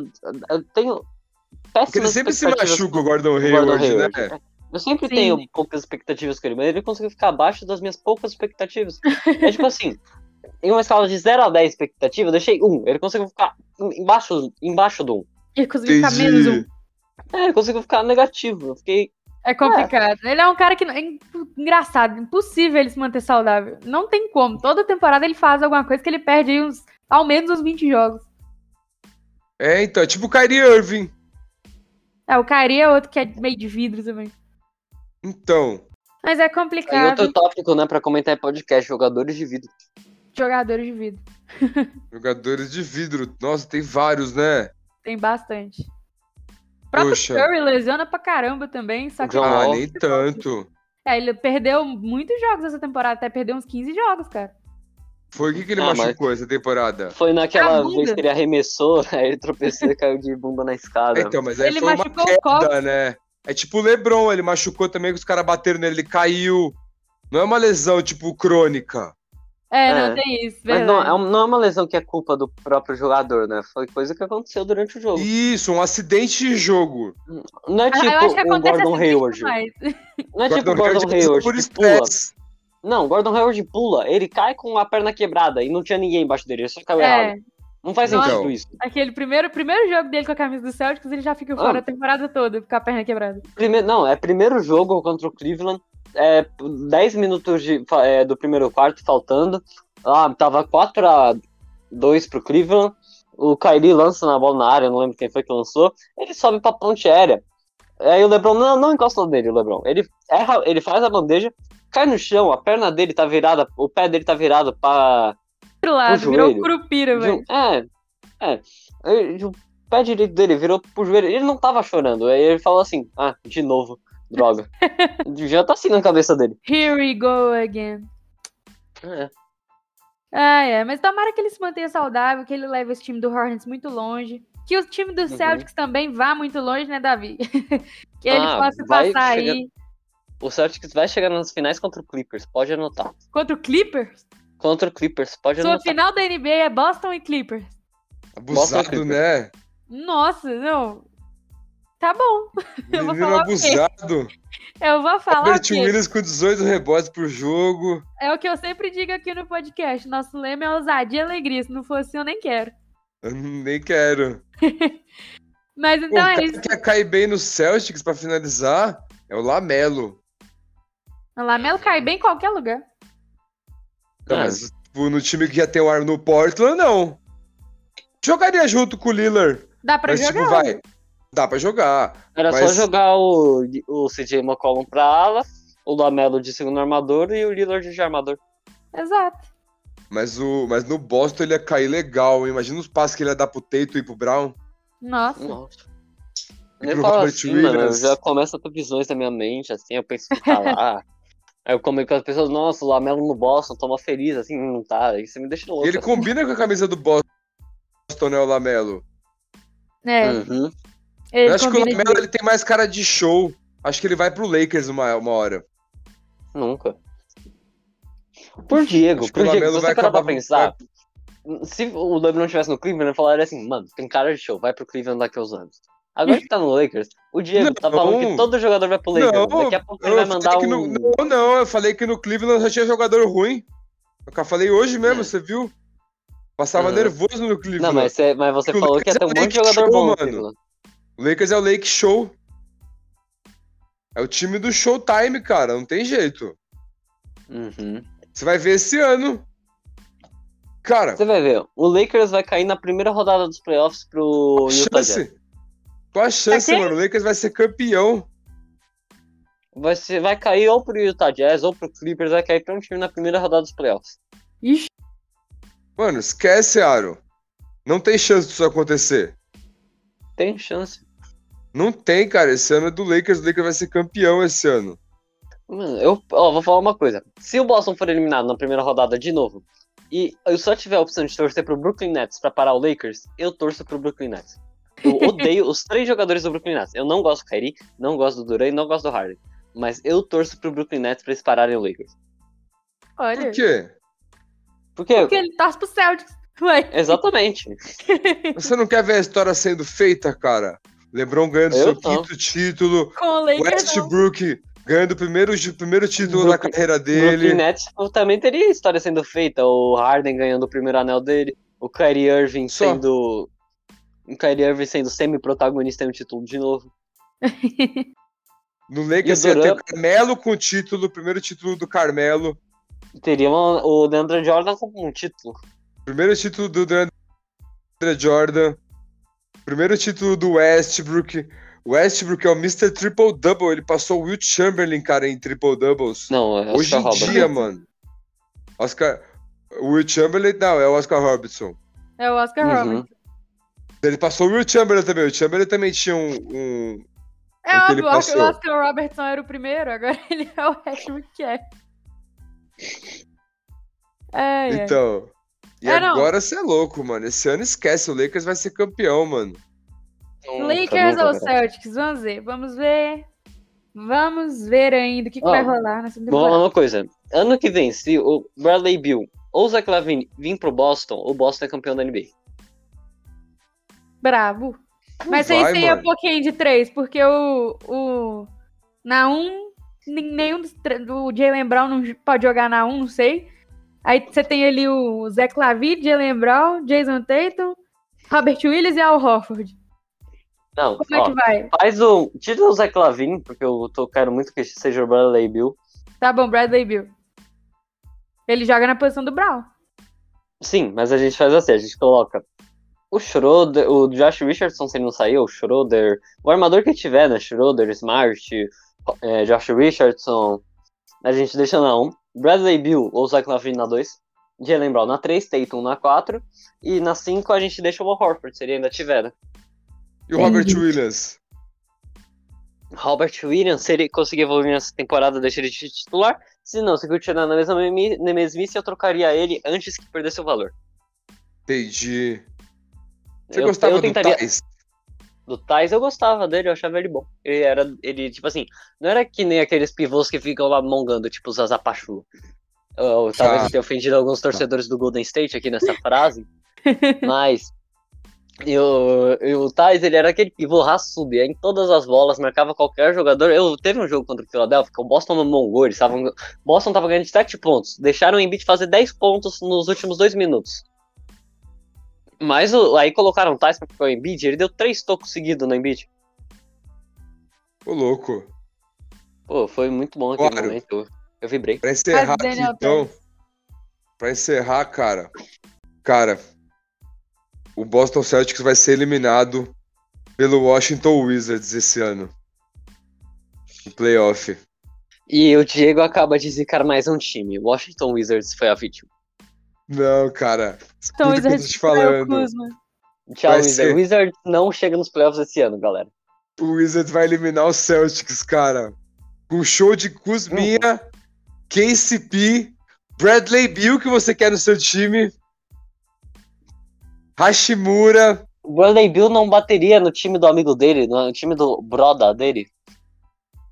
[SPEAKER 3] Eu tenho
[SPEAKER 2] Porque ele
[SPEAKER 3] péssimas
[SPEAKER 2] sempre se
[SPEAKER 3] expectativas
[SPEAKER 2] machuca o Gordon
[SPEAKER 3] com o Gordon
[SPEAKER 2] Hayward, né?
[SPEAKER 3] Hayward. Eu sempre
[SPEAKER 1] Sim.
[SPEAKER 3] tenho poucas expectativas com ele, mas ele conseguiu ficar abaixo das minhas poucas expectativas. É tipo assim, (laughs) em uma escala de 0 a 10 expectativa, eu deixei 1. Ele conseguiu ficar em- embaixo, embaixo do 1.
[SPEAKER 1] Ele conseguiu ficar menos um.
[SPEAKER 2] Entendi.
[SPEAKER 3] É, ele conseguiu ficar negativo. Eu fiquei.
[SPEAKER 1] É complicado. Ele é um cara que. não- É en- engraçado, impossível ele se manter saudável. Não tem como. Toda temporada ele faz alguma coisa que ele perde aí uns, ao menos uns 20 jogos.
[SPEAKER 2] É, então, é tipo o Kyrie Irving.
[SPEAKER 1] É, o Kyrie é outro que é meio de vidro também.
[SPEAKER 2] Então,
[SPEAKER 1] Mas é
[SPEAKER 3] Aí
[SPEAKER 1] complicado.
[SPEAKER 3] outro tópico, né, pra comentar é podcast, jogadores de vida.
[SPEAKER 1] Jogadores de vidro.
[SPEAKER 2] jogadores de vidro. Nossa, tem vários, né?
[SPEAKER 1] Tem bastante. O próprio
[SPEAKER 2] Poxa.
[SPEAKER 1] Curry lesiona pra caramba também. Só que
[SPEAKER 3] John
[SPEAKER 2] Ah,
[SPEAKER 3] Wall.
[SPEAKER 2] nem tanto.
[SPEAKER 1] é, ele perdeu muitos jogos essa temporada. Até perdeu uns 15 jogos, cara.
[SPEAKER 2] Foi o que, que ele
[SPEAKER 3] Ah, mas-
[SPEAKER 2] machucou essa temporada?
[SPEAKER 3] Foi naquela
[SPEAKER 1] Caramba.
[SPEAKER 3] vez que ele arremessou, (laughs) aí ele tropeçou e caiu de bunda na escada.
[SPEAKER 2] Então, mas aí
[SPEAKER 1] ele
[SPEAKER 2] foi uma
[SPEAKER 1] machucou o
[SPEAKER 2] queda,
[SPEAKER 1] Cox.
[SPEAKER 2] né? É tipo o Lebron, ele machucou também, que os caras bateram nele, ele caiu. Não é uma lesão, tipo, crônica.
[SPEAKER 1] É,
[SPEAKER 3] É.
[SPEAKER 1] não tem isso.
[SPEAKER 3] Mas
[SPEAKER 1] Verdade.
[SPEAKER 3] não é, um- não é uma lesão que é culpa do próprio jogador, né? Foi coisa que aconteceu durante o jogo.
[SPEAKER 2] Isso, um acidente de jogo.
[SPEAKER 3] Não é
[SPEAKER 1] Ah,
[SPEAKER 3] tipo
[SPEAKER 1] eu acho que
[SPEAKER 3] o
[SPEAKER 1] acontece
[SPEAKER 3] Gordon
[SPEAKER 1] assim
[SPEAKER 3] Hayward.
[SPEAKER 1] demais.
[SPEAKER 3] Não é tipo o
[SPEAKER 2] Hayward
[SPEAKER 3] Gordon
[SPEAKER 2] passou
[SPEAKER 3] Hayward
[SPEAKER 2] por
[SPEAKER 3] que pula.
[SPEAKER 2] estresse.
[SPEAKER 3] Não, o Gordon Hayward pula, ele cai com a perna quebrada e não tinha ninguém embaixo dele, ele só caiu
[SPEAKER 1] É,
[SPEAKER 3] errado. Não faz
[SPEAKER 1] Nossa.
[SPEAKER 3] sentido isso.
[SPEAKER 1] aquele primeiro, primeiro jogo dele com a camisa do Celtics, ele já fica
[SPEAKER 3] Ah.
[SPEAKER 1] fora a temporada toda, com a perna quebrada.
[SPEAKER 3] Primeiro, não, é primeiro jogo contra o Cleveland, é, 10 minutos de, fa- é, do primeiro quarto faltando. Ah, tava 4 a 2 pro Cleveland. O Kyrie lança na bola na área, eu não lembro quem foi que lançou. Ele sobe pra ponte aérea. Aí o Lebron não, não encosta nele, o Lebron. Ele erra, ele faz a bandeja, cai no chão, a perna dele tá virada, o pé dele tá virado pra.
[SPEAKER 1] Outro lado, virou um
[SPEAKER 3] joelho.
[SPEAKER 1] curupira, velho.
[SPEAKER 3] É, é. Ele- O pé direito dele virou pro joelho. Ele não tava chorando. Aí ele falou assim: ah, de novo,
[SPEAKER 1] (laughs)
[SPEAKER 3] droga. Já tá assim na cabeça dele.
[SPEAKER 1] Here we go again.
[SPEAKER 3] É.
[SPEAKER 1] Ah, é. Mas tomara que ele se mantenha saudável, que ele leve esse time do Hornets muito longe. Que o time do
[SPEAKER 3] Uhum.
[SPEAKER 1] Celtics também vá muito longe, né, Davi? (laughs) que ele
[SPEAKER 3] Ah,
[SPEAKER 1] possa
[SPEAKER 3] vai
[SPEAKER 1] passar
[SPEAKER 3] chegar-
[SPEAKER 1] aí
[SPEAKER 3] O Celtics vai chegar nas finais contra o Clippers, pode anotar.
[SPEAKER 1] contra o Clippers.
[SPEAKER 3] Contra o Clippers, pode
[SPEAKER 1] Sua
[SPEAKER 3] anotar.
[SPEAKER 1] final da NBA é Boston e Clippers.
[SPEAKER 2] Abusado,
[SPEAKER 3] Clippers.
[SPEAKER 2] né?
[SPEAKER 1] Nossa, não. Tá bom. Eu vou
[SPEAKER 2] Menino
[SPEAKER 1] falar o quê?
[SPEAKER 2] abusado.
[SPEAKER 1] Eu vou falar. o
[SPEAKER 2] Robert
[SPEAKER 1] quê?
[SPEAKER 2] Williams com 18 rebotes por jogo.
[SPEAKER 1] É o que eu sempre digo aqui no podcast. Nosso lema é ousadia e alegria. Se não fosse, eu nem quero.
[SPEAKER 2] Eu nem quero.
[SPEAKER 1] Mas
[SPEAKER 2] Pô,
[SPEAKER 1] então
[SPEAKER 2] o
[SPEAKER 1] é
[SPEAKER 2] cara
[SPEAKER 1] isso.
[SPEAKER 2] que ia cair bem no Celtics pra finalizar é o Lamelo.
[SPEAKER 1] O Lamelo cai bem em qualquer lugar.
[SPEAKER 2] Não,
[SPEAKER 3] Ah.
[SPEAKER 2] mas tipo, no time que já tem o ar no Portland, não. Jogaria junto com o Lillard.
[SPEAKER 1] Dá pra
[SPEAKER 2] mas,
[SPEAKER 1] jogar.
[SPEAKER 2] tipo, vai. Dá pra jogar.
[SPEAKER 3] Era
[SPEAKER 2] Mas-
[SPEAKER 3] só jogar o, o CJ McCollum pra ala, o Lamelo de segundo armador e o Lillard de armador.
[SPEAKER 1] Exato.
[SPEAKER 2] Mas, o, mas no Boston ele ia cair legal. hein? Imagina os passes que ele ia dar pro Tatum e pro Brown.
[SPEAKER 1] Nossa.
[SPEAKER 3] Nossa.
[SPEAKER 2] Hum. E
[SPEAKER 3] Nem
[SPEAKER 2] pro
[SPEAKER 3] fala
[SPEAKER 2] Robert
[SPEAKER 3] assim, mano, eu
[SPEAKER 2] Williams.
[SPEAKER 3] já começa a ter visões na minha mente, assim, eu penso em
[SPEAKER 2] (laughs)
[SPEAKER 3] falar. Aí eu comento com as pessoas, nossa, o Lamelo no Boston, toma feliz, assim, não tá, isso me deixa louco.
[SPEAKER 2] E ele
[SPEAKER 3] assim.
[SPEAKER 2] combina com a camisa do Boston, né, o Lamelo.
[SPEAKER 1] É,
[SPEAKER 3] Uhum.
[SPEAKER 1] ele
[SPEAKER 2] Hum. Eu acho que o
[SPEAKER 1] combina
[SPEAKER 2] Lamelo
[SPEAKER 1] de-
[SPEAKER 2] ele tem mais cara de show. Acho que ele vai pro Lakers uma, uma hora.
[SPEAKER 3] Nunca. Por Diego,
[SPEAKER 2] Acho que o
[SPEAKER 3] por Diego,
[SPEAKER 2] Lamelo
[SPEAKER 3] se
[SPEAKER 2] vai
[SPEAKER 3] você parar pra
[SPEAKER 2] acabar-
[SPEAKER 3] pensar, se o LeBron estivesse no Cleveland, eu falaria assim, mano, tem cara de show, vai pro Cleveland daqui a uns anos. Agora que tá no Lakers, o Diego tá
[SPEAKER 2] Não.
[SPEAKER 3] falando que todo jogador vai pro Lakers.
[SPEAKER 2] Não,
[SPEAKER 3] daqui a pouco ele
[SPEAKER 2] Eu
[SPEAKER 3] vai
[SPEAKER 2] falei
[SPEAKER 3] mandar
[SPEAKER 2] que
[SPEAKER 3] um...
[SPEAKER 2] no- Não, não, eu falei que no Cleveland só tinha jogador ruim. Eu falei hoje mesmo,
[SPEAKER 3] É.
[SPEAKER 2] você viu? Passava
[SPEAKER 3] Aham.
[SPEAKER 2] nervoso no Cleveland.
[SPEAKER 3] Não, mas você, mas você
[SPEAKER 2] Que o
[SPEAKER 3] falou que ia ter um
[SPEAKER 2] Lakers é
[SPEAKER 3] monte de
[SPEAKER 2] Lake Show,
[SPEAKER 3] jogador bom no
[SPEAKER 2] mano.
[SPEAKER 3] Cleveland.
[SPEAKER 2] O Lakers é o Lake Show. É o time do Showtime, cara. Não tem jeito.
[SPEAKER 3] Uhum.
[SPEAKER 2] Você vai ver esse ano. Cara,
[SPEAKER 3] Você vai ver, o Lakers vai cair na primeira rodada dos playoffs pro Utah Jazz.
[SPEAKER 2] chance.
[SPEAKER 1] Tá
[SPEAKER 2] Qual a chance,
[SPEAKER 1] Pra quem?
[SPEAKER 2] mano? O Lakers vai ser campeão.
[SPEAKER 3] Vai, ser- vai cair ou pro Utah Jazz ou pro Clippers, vai cair pra um time na primeira rodada dos playoffs.
[SPEAKER 1] Ixi,
[SPEAKER 2] Mano, esquece, Aro. Não tem chance disso acontecer.
[SPEAKER 3] Tem chance.
[SPEAKER 2] Não tem, cara. Esse ano é do Lakers. O Lakers vai ser campeão esse ano.
[SPEAKER 3] Mano, eu ó, vou falar uma coisa. Se o Boston for eliminado na primeira rodada de novo, e eu só tiver a opção de torcer pro Brooklyn Nets pra parar o Lakers, eu torço pro Brooklyn Nets. Eu odeio os três jogadores do Brooklyn Nets. Eu não gosto do Kyrie, não gosto do Durant, não gosto do Harden. Mas eu torço pro Brooklyn Nets pra eles pararem o Lakers.
[SPEAKER 1] olha.
[SPEAKER 2] Por quê?
[SPEAKER 3] Porque,
[SPEAKER 1] Porque ele torce pro Celtics. Ué,
[SPEAKER 2] É,
[SPEAKER 3] exatamente.
[SPEAKER 2] Você não quer ver a história sendo feita, cara? LeBron ganhando
[SPEAKER 3] Eu
[SPEAKER 2] seu
[SPEAKER 3] não.
[SPEAKER 2] quinto título,
[SPEAKER 1] com o Lakers não.
[SPEAKER 2] Westbrook ganhando o primeiro, o primeiro título da
[SPEAKER 3] Brooklyn-
[SPEAKER 2] carreira
[SPEAKER 3] Brooklyn né?
[SPEAKER 2] dele.
[SPEAKER 3] Nets também teria história sendo feita. O Harden ganhando o primeiro anel dele. O Kyrie Irving
[SPEAKER 2] Só.
[SPEAKER 3] sendo. O Kyrie Irving sendo semi-protagonista em um título de novo.
[SPEAKER 2] No
[SPEAKER 3] E o
[SPEAKER 2] Lakers ia ter
[SPEAKER 3] Durant-
[SPEAKER 2] o Carmelo com o título, o primeiro título do Carmelo,
[SPEAKER 3] Teria uma- o Leandro Jordan como um título.
[SPEAKER 2] primeiro título do Durant- Andre Jordan, primeiro título do Westbrook. Westbrook é o Mr. Triple Double, ele passou o Will Chamberlain, cara, em Triple Doubles.
[SPEAKER 3] Não, é
[SPEAKER 2] Hoje
[SPEAKER 3] Oscar
[SPEAKER 2] em
[SPEAKER 3] Robertson.
[SPEAKER 2] dia, mano. Oscar. O Will Chamberlain, não, é o Oscar Robertson.
[SPEAKER 1] É o Oscar
[SPEAKER 3] Uhum.
[SPEAKER 1] Robertson.
[SPEAKER 2] Ele passou o Will Chamberlain também. O Chamberlain também tinha um. um-
[SPEAKER 1] É
[SPEAKER 2] Porque ele
[SPEAKER 1] óbvio, o Oscar- o
[SPEAKER 2] passou.
[SPEAKER 1] Oscar Robertson era o primeiro, agora (laughs) ele é o Westbrook que é. É, é.
[SPEAKER 2] Então. E
[SPEAKER 1] É, não.
[SPEAKER 2] agora você é louco, mano. Esse ano esquece, o Lakers vai ser campeão, mano. Então,
[SPEAKER 3] Não,
[SPEAKER 1] Lakers é
[SPEAKER 3] tá bom,
[SPEAKER 1] ou
[SPEAKER 3] tá bom.
[SPEAKER 1] Celtics? Vamos ver, vamos ver. Vamos ver ainda o que, que
[SPEAKER 3] Ó,
[SPEAKER 1] vai rolar nessa
[SPEAKER 3] Vou falar
[SPEAKER 1] temporada.
[SPEAKER 3] uma coisa. Ano que vem, se o Bradley Bill ou o Zach Lavine vir pro Boston, o Boston é campeão da NBA.
[SPEAKER 1] Bravo. Mas aí
[SPEAKER 2] vai,
[SPEAKER 1] seria um
[SPEAKER 2] mano.
[SPEAKER 1] pouquinho de três, porque o. o na um, nem- nenhum dos. tre- O Jalen Brown não j- pode jogar na um, não sei. Aí você tem ali o Zé Clavi, Jalen Brown, Jason Tatum, Robert Williams e Al Horford.
[SPEAKER 3] Não,
[SPEAKER 1] Como é
[SPEAKER 3] ó,
[SPEAKER 1] que vai?
[SPEAKER 3] faz o. Tira o Zach Lavine, porque eu tô, quero muito que seja o Bradley Bill.
[SPEAKER 1] Tá bom, Bradley Bill. Ele joga na posição do Brown.
[SPEAKER 3] Sim, mas a gente faz assim, a gente coloca o Schroeder, o Josh Richardson, se ele não saiu, o Schroeder, o armador que tiver, né? Schroeder, Smart, é, Josh Richardson, a gente deixa na 1, Bradley Bill ou Zach Lavine na 2, Jalen Brown na 3, Tatum na 4, e na 5 a gente deixa o Al Horford, se ele ainda tiver, né?
[SPEAKER 2] E o Robert
[SPEAKER 1] Entendi.
[SPEAKER 2] Williams?
[SPEAKER 3] Robert Williams, se ele conseguir evoluir nessa temporada, deixa ele de titular, se não, se continuar na mesma memi- na mesmice, eu trocaria ele antes que perdesse o valor.
[SPEAKER 2] Entendi. Você
[SPEAKER 3] eu,
[SPEAKER 2] gostava
[SPEAKER 3] eu tentaria...
[SPEAKER 2] do Thais?
[SPEAKER 3] do Thais, eu gostava dele, eu achava ele bom. Ele era, ele, tipo assim, não era que nem aqueles pivôs que ficam lá mongando, tipo os Azapachu. Ou, talvez
[SPEAKER 2] Ah.
[SPEAKER 3] eu tenha ofendido alguns torcedores do Golden State aqui nessa frase, mas e o- e o Thais, ele era aquele pivô raçudo, ia em todas as bolas, marcava qualquer jogador. Eu teve um jogo contra o Philadelphia, que o Boston não mongou, eles estavam, Boston tava ganhando de 7 pontos, deixaram o Embiid fazer 10 pontos nos últimos dois minutos. Mas o- aí colocaram o Thais pra ficar o Embiid, ele deu três tocos seguidos no Embiid.
[SPEAKER 2] Ô, louco.
[SPEAKER 3] Pô, foi muito bom aquele
[SPEAKER 2] Claro.
[SPEAKER 3] momento. Eu, eu vibrei.
[SPEAKER 2] Pra encerrar
[SPEAKER 1] Mas,
[SPEAKER 2] aqui,
[SPEAKER 1] Daniel,
[SPEAKER 2] então. Pra encerrar, cara. Cara, o Boston Celtics vai ser eliminado pelo Washington Wizards esse ano. No playoff.
[SPEAKER 3] E o Diego acaba de zicar mais um time. Washington Wizards foi a vítima.
[SPEAKER 2] Não, cara.
[SPEAKER 1] Então,
[SPEAKER 2] Escuta o que eu tô te falando.
[SPEAKER 1] Kuzma.
[SPEAKER 3] Tchau,
[SPEAKER 2] Vai
[SPEAKER 3] Wizards.
[SPEAKER 2] ser.
[SPEAKER 3] Wizards não chega nos playoffs esse ano, galera.
[SPEAKER 2] O Wizards vai eliminar o Celtics, cara. Com show de Kuzminha, KCP, Bradley Bill, que você quer no seu time, Hashimura.
[SPEAKER 3] O Bradley Bill não bateria no time do amigo dele, no time do broda dele.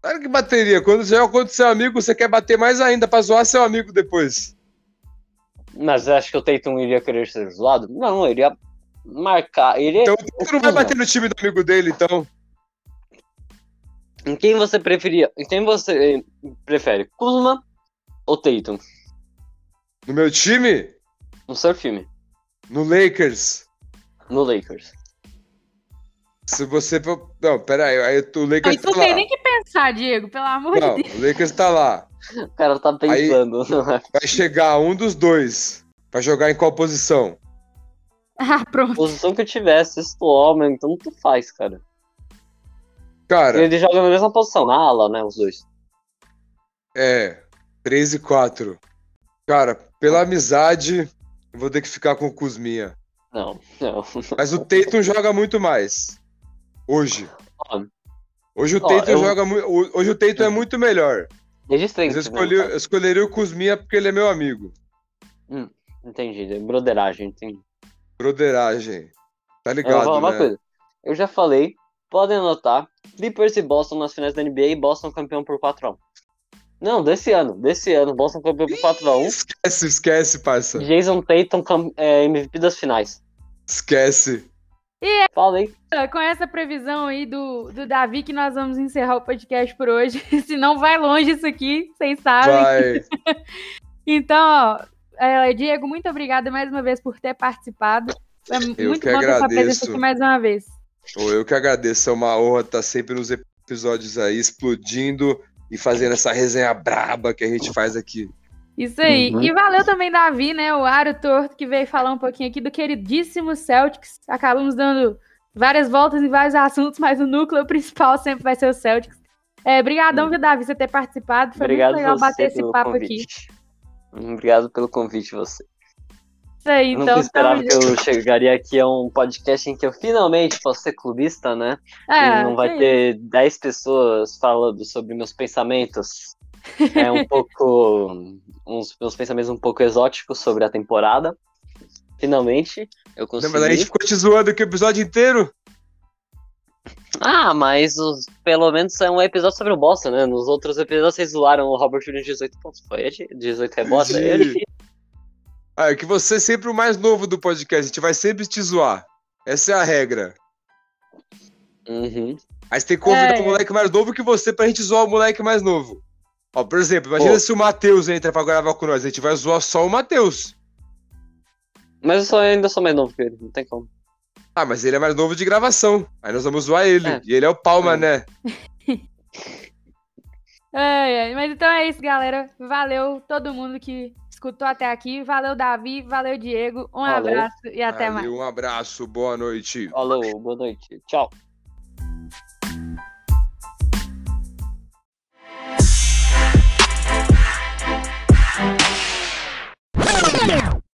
[SPEAKER 2] Claro que bateria. Quando você joga contra seu amigo, você quer bater mais ainda pra zoar seu amigo depois.
[SPEAKER 3] Mas eu acho que o Tatum iria querer ser zoado. Não, ele ia marcar. Ele...
[SPEAKER 2] Então você não vai
[SPEAKER 3] Não.
[SPEAKER 2] bater no time do amigo dele, então.
[SPEAKER 3] Em quem você preferia? Em quem você eh, prefere? Kuzma ou Tatum?
[SPEAKER 2] No meu time,
[SPEAKER 3] No seu time,
[SPEAKER 2] no Lakers.
[SPEAKER 3] no Lakers.
[SPEAKER 2] Se você for. Não, pera aí. aí o
[SPEAKER 1] Aí
[SPEAKER 2] Lakers
[SPEAKER 1] tu
[SPEAKER 2] tá
[SPEAKER 1] não tem nem
[SPEAKER 2] lá.
[SPEAKER 1] que pensar, Diego, pelo amor
[SPEAKER 2] Não,
[SPEAKER 1] de Deus. (laughs)
[SPEAKER 2] o Lakers tá lá.
[SPEAKER 3] O cara tá pensando. (laughs)
[SPEAKER 2] Vai chegar um dos dois. Vai jogar em qual posição?
[SPEAKER 1] Ah, pronto.
[SPEAKER 3] posição que eu tivesse, sexto homem, então tu faz, cara.
[SPEAKER 2] Cara.
[SPEAKER 3] Ele joga na mesma posição, na ala, né, os dois.
[SPEAKER 2] É, 3 e 4. Cara, pela amizade, eu vou ter que ficar com o Kuzminha.
[SPEAKER 3] Não, não.
[SPEAKER 2] Mas o Tatum joga muito mais. Hoje.
[SPEAKER 3] Ó.
[SPEAKER 2] Hoje o
[SPEAKER 3] Ó,
[SPEAKER 2] Tatum
[SPEAKER 3] eu-
[SPEAKER 2] joga muito. Hoje o Tatum é muito melhor.
[SPEAKER 3] Registrei.
[SPEAKER 2] Mas eu, escolhi- eu escolheria o Kuzminha porque ele é meu amigo.
[SPEAKER 3] Entendi, broderagem, entendi.
[SPEAKER 2] Broderagem. Tá
[SPEAKER 3] Eu vou falar
[SPEAKER 2] ligado,
[SPEAKER 3] uma
[SPEAKER 2] né?
[SPEAKER 3] coisa. Eu já falei, podem anotar, Clippers e Boston nas finais da NBA e Boston campeão por 4x1. Não, desse ano, desse ano. Boston campeão por 4x1.
[SPEAKER 2] Esquece, esquece, parça.
[SPEAKER 3] Jason Tatum cam- é, MVP das finais.
[SPEAKER 2] Esquece.
[SPEAKER 3] Falei.
[SPEAKER 1] Com essa previsão aí do, do Davi, que nós vamos encerrar o podcast por hoje. (laughs) Se não vai longe isso aqui, vocês sabem.
[SPEAKER 2] Vai.
[SPEAKER 1] Então, ó, é, Diego, muito obrigada mais uma vez por ter participado. É
[SPEAKER 2] Eu
[SPEAKER 1] muito
[SPEAKER 2] que
[SPEAKER 1] bom ter sua presença
[SPEAKER 2] agradeço.
[SPEAKER 1] aqui mais uma vez.
[SPEAKER 2] Ô, Eu que agradeço, é uma honra estar sempre nos episódios aí, explodindo e fazendo essa resenha braba que a gente faz aqui.
[SPEAKER 1] Isso aí.
[SPEAKER 3] Uhum.
[SPEAKER 1] E valeu também, Davi, né? O Aro Torto, que veio falar um pouquinho aqui do queridíssimo Celtics. Acabamos dando várias voltas em vários assuntos, mas o núcleo principal sempre vai ser o Celtics. É, brigadão, viu, Davi, você ter participado. Foi
[SPEAKER 3] Uhum. Obrigado
[SPEAKER 1] muito legal
[SPEAKER 3] você
[SPEAKER 1] bater esse
[SPEAKER 3] pelo
[SPEAKER 1] papo aqui.
[SPEAKER 3] convite. Obrigado pelo convite, você.
[SPEAKER 1] Isso aí,
[SPEAKER 3] Eu
[SPEAKER 1] então.
[SPEAKER 3] Nunca esperava
[SPEAKER 1] tamo
[SPEAKER 3] que eu chegaria aqui a um podcast em que eu finalmente posso ser clubista, né?
[SPEAKER 1] junto. É,
[SPEAKER 3] e não
[SPEAKER 1] isso
[SPEAKER 3] vai
[SPEAKER 1] aí.
[SPEAKER 3] ter 10 pessoas falando sobre meus pensamentos.
[SPEAKER 1] (laughs)
[SPEAKER 3] É um pouco. uns meus pensamentos um pouco exóticos sobre a temporada. Finalmente, eu
[SPEAKER 2] Na
[SPEAKER 3] consegui.
[SPEAKER 2] verdade, a gente ficou te zoando aqui o episódio inteiro.
[SPEAKER 3] Ah, mas os- pelo menos é um episódio sobre o Boston, né? Nos outros episódios vocês zoaram o Robert Williams 18 pontos. Foi de- 18 rebotes. aí é
[SPEAKER 2] Entendi.
[SPEAKER 3] difícil.
[SPEAKER 2] Ah, é que você é sempre o mais novo do podcast, a gente vai sempre te zoar. Essa é a regra.
[SPEAKER 3] Uhum.
[SPEAKER 2] Aí você tem que convidar
[SPEAKER 1] É.
[SPEAKER 2] o moleque mais novo que você pra gente zoar o moleque mais novo. Ó, por exemplo, imagina
[SPEAKER 3] Pô.
[SPEAKER 2] se o Matheus entra pra gravar com nós, a gente vai zoar só o Matheus.
[SPEAKER 3] Mas eu sou, ainda sou mais novo que ele, não tem como.
[SPEAKER 2] Ah, mas ele é mais novo de gravação. Aí nós vamos zoar ele.
[SPEAKER 3] É.
[SPEAKER 2] E ele é o Palma,
[SPEAKER 3] É.
[SPEAKER 2] né?
[SPEAKER 1] É, é. Mas então é isso, galera. Valeu todo mundo que escutou até aqui. Valeu, Davi. Valeu, Diego. Um
[SPEAKER 3] Valeu.
[SPEAKER 1] abraço e até mais.
[SPEAKER 2] Valeu, Um abraço, boa noite.
[SPEAKER 3] Falou, boa noite. Tchau.